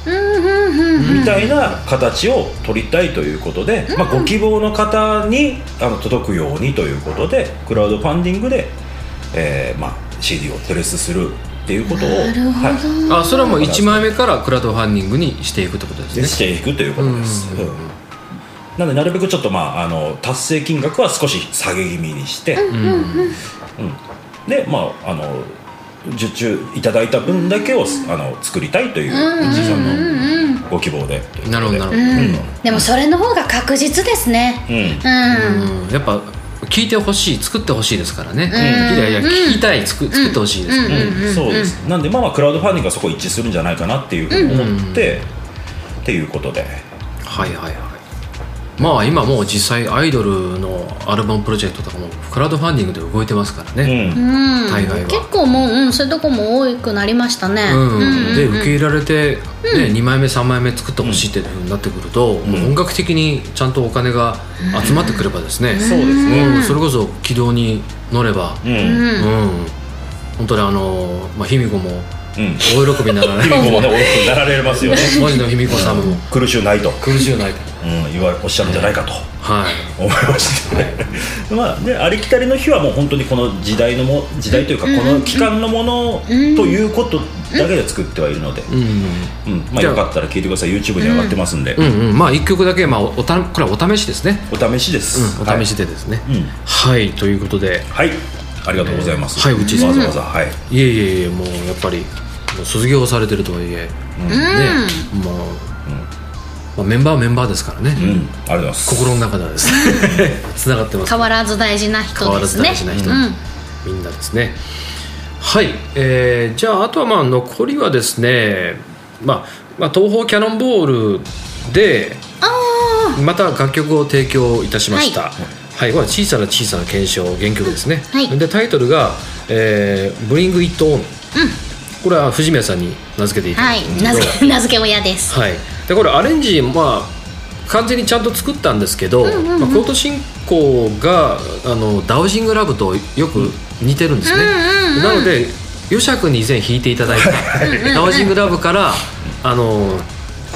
S2: みたいな形を取りたいということで、まあ、ご希望の方にあの届くようにということでクラウドファンディングで、えーまあ、CD をプレスするっていうことを、は
S4: あそれはもう1枚目からクラウドファンディングにしていくってことで
S2: い、
S4: すね
S2: していくということです。
S4: うんうん
S2: うんなのでなるべくちょっと、まあ、あの達成金額は少し下げ気味にして、でまああの受注いただいた分だけを、あの作りたいといううちさんのご希望でということで
S4: なるほどなるほど、
S3: でもそれの方が確実ですね
S2: うん
S3: うん
S4: うんやっぱ聞いてほしい作ってほしいですからね、いやいや聞きたい作作ってほしいですからね、
S2: そうです、なんでまあまあクラウドファンディングがそこ一致するんじゃないかなっていうふうに思って、っていうことで
S4: はいはいはいまあ今もう実際アイドルのアルバムプロジェクトとかもクラウドファンディングで動いてますから
S2: う
S4: ね、
S2: ん、
S3: うん
S4: 大概は
S3: 結構もう、うん、そういうとこも多くなりましたね、
S4: うんで受け入れられて、ね2枚目3枚目作ってほしいっていうふうになってくると、もう本格的にちゃんとお金が集まってくればですね、
S2: そうですね
S4: うんそれこそ軌道に乗れば、
S2: うん
S4: うん本当にあの、まあ、卑弥呼も
S2: うん
S4: 大喜びにならな
S2: 日
S4: い
S2: 々もね多くなられますよね
S4: マジの卑弥呼さんも
S2: 苦しゅうないと
S4: 苦しゅうないと
S2: うん、言わおっしゃるんじゃないかと
S4: はい
S2: 思いましたね まあねありきたりの日はもう本当にこの時代のも時代というかこの期間のものということだけで作ってはいるので、
S4: う
S2: うんまあ、
S4: じゃあ
S2: よかったら聞いてください YouTube に上がってますん
S4: ん
S2: で、
S4: うんうんまあ1曲だけ、まあ、おたこれはお試しですね、
S2: お試しです、
S4: うん、お試しでですね
S2: はい、うん
S4: はい、ということで
S2: はい、ありがとうございます、
S4: えーはいうちさん
S2: わざわざはい
S4: いえいえいえもうやっぱりもう卒業されてるとはいえ、ねもう、まあ、メンバーはメンバーですからね、
S2: うん、ありがとうございます
S4: 心の中ではです ねつながってます
S3: 変わらず大事な人ですね
S4: 変わらず大事な人、
S3: うん
S4: みんなですねはい、えーじゃああとはまあ残りはですね、まあ、まあ東宝キャノンボールでまた楽曲を提供いたしました、はいこれは小さな小さな検証原曲ですね、
S3: はい
S4: でタイトルが「えー、Bring It On」これは藤宮さんに名付けていただ
S3: はいい
S4: たんですけど、
S3: 名付け名付け親です
S4: はい、でこれアレンジまあ完全にちゃんと作ったんですけど、まあ、京都新行があのダウジングラブとよく似てるんですね、なのでヨシャ君に以前弾いていただいたダウジングラブからあの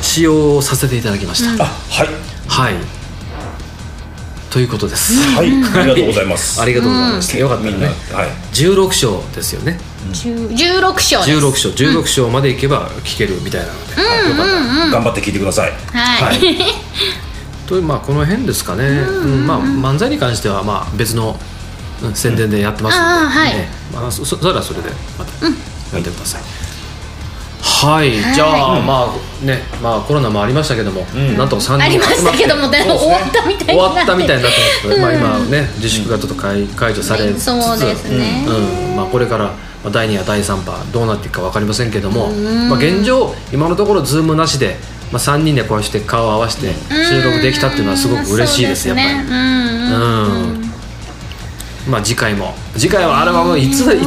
S4: 使用をさせていただきました、
S2: あはい
S4: はいということです、
S2: はいありがとうございま す
S4: ありがとうございます、よかった
S2: み
S4: ら
S2: んな
S4: ね
S2: はい
S4: 16章ですよね
S3: 16章です
S4: 16章16章までいけば聴けるみたいなので、はいよかったら
S2: 頑張って聞いてください
S3: はい、
S4: とまあこの辺ですかね、うんまあ漫才に関してはまあ別のうん宣伝でやってますので、
S3: あーはい
S4: ねまあそそそれはそれでまたやってください、はい、じゃあ、まあねまあコロナもありましたけども、なんとか3人
S3: ありましたけどもでも終わったみたい
S4: 終
S3: にな
S4: わったみたいになってますけど、まあ今ね自粛がちょっと解解除されつつ、
S3: そうですね
S4: うんまあ、これからまあ第2波第3波どうなっていくか分かりませんけども、まあ、現状今のところズームなしで、まあ、3人でこうして顔を合わせて収録できたっていうのはすごく嬉しいです
S3: そう
S4: やっぱ
S3: ね
S4: り。
S3: うんうん
S4: うんまあ次回も次回はアルバムいついつ出るんで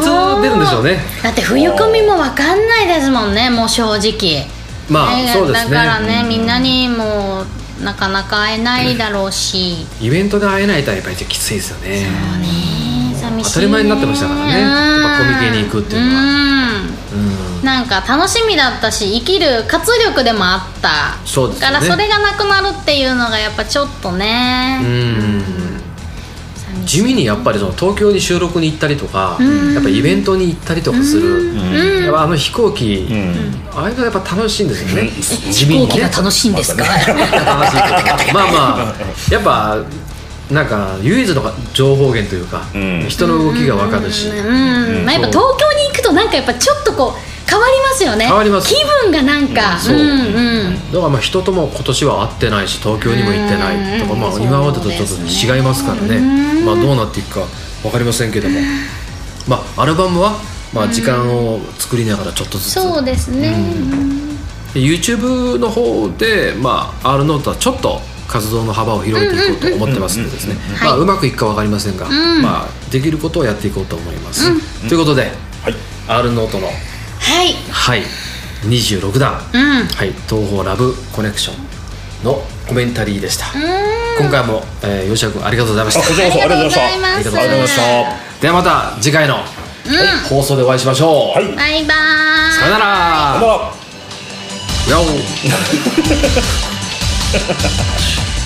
S4: しょうね
S3: だって冬込みもわかんないですもんねもう正直
S4: まあ
S3: ね
S4: そうですね
S3: だからねみんなにもなかなか会えないだろうし、
S4: イベントで会えないとやっぱりきついですよね
S3: ね寂しいね
S4: 当たり前になってましたからねやっぱコミケに行くっていうの
S3: はなんか楽しみだったし生きる活力でもあった
S4: そうですよ
S3: だ
S4: ね
S3: からそれがなくなるっていうのがやっぱちょっとね、
S4: うん
S3: 寂しい
S4: 地味にやっぱりその東京に収録に行ったりとか、やっぱイベントに行ったりとかする、やっぱあの飛行機、ああいうのやっぱ楽しいんですよね、地味にね
S3: 飛行機が楽しいんですか、
S4: 楽しいけどまあまあやっぱなんか唯一の情報源というか、
S2: ん
S4: 人の動きが分かるし、
S3: うんまあ、やっぱ東京に行くとなんかやっぱちょっとこう変わりますよね
S4: 変わります
S3: 気分がなんか、
S4: そう
S3: うんうん
S4: だからまあ人とも今年は会ってないし東京にも行ってないとか、
S3: うん
S4: まあ、
S3: そう
S4: 今までとちょっと違いますからね、まあ、どうなっていくか分かりませんけども、まあ、アルバムは、まあ、時間を作りながらちょっとずつ、
S3: そうですね、
S4: で YouTube の方で、まあ、R ノートはちょっと活動の幅を広げていこうと思ってますのでですね、まあ、うまくいくか分かりませんが、まあ、できることをやっていこうと思います、ということで、R ノートの、
S3: はい
S4: はい、26弾、
S3: うん
S4: はい、東方ラブコネクションのコメンタリーでした今回も、えー、吉田君ありがとうございまし
S2: あこちら
S4: た
S2: こそありがとうございました
S3: ありがとう
S4: ございますではまた次回の、放送でお会いしましょう、
S2: はい
S3: バイバーイ
S4: さよな
S2: た
S4: ら
S2: だ
S4: よう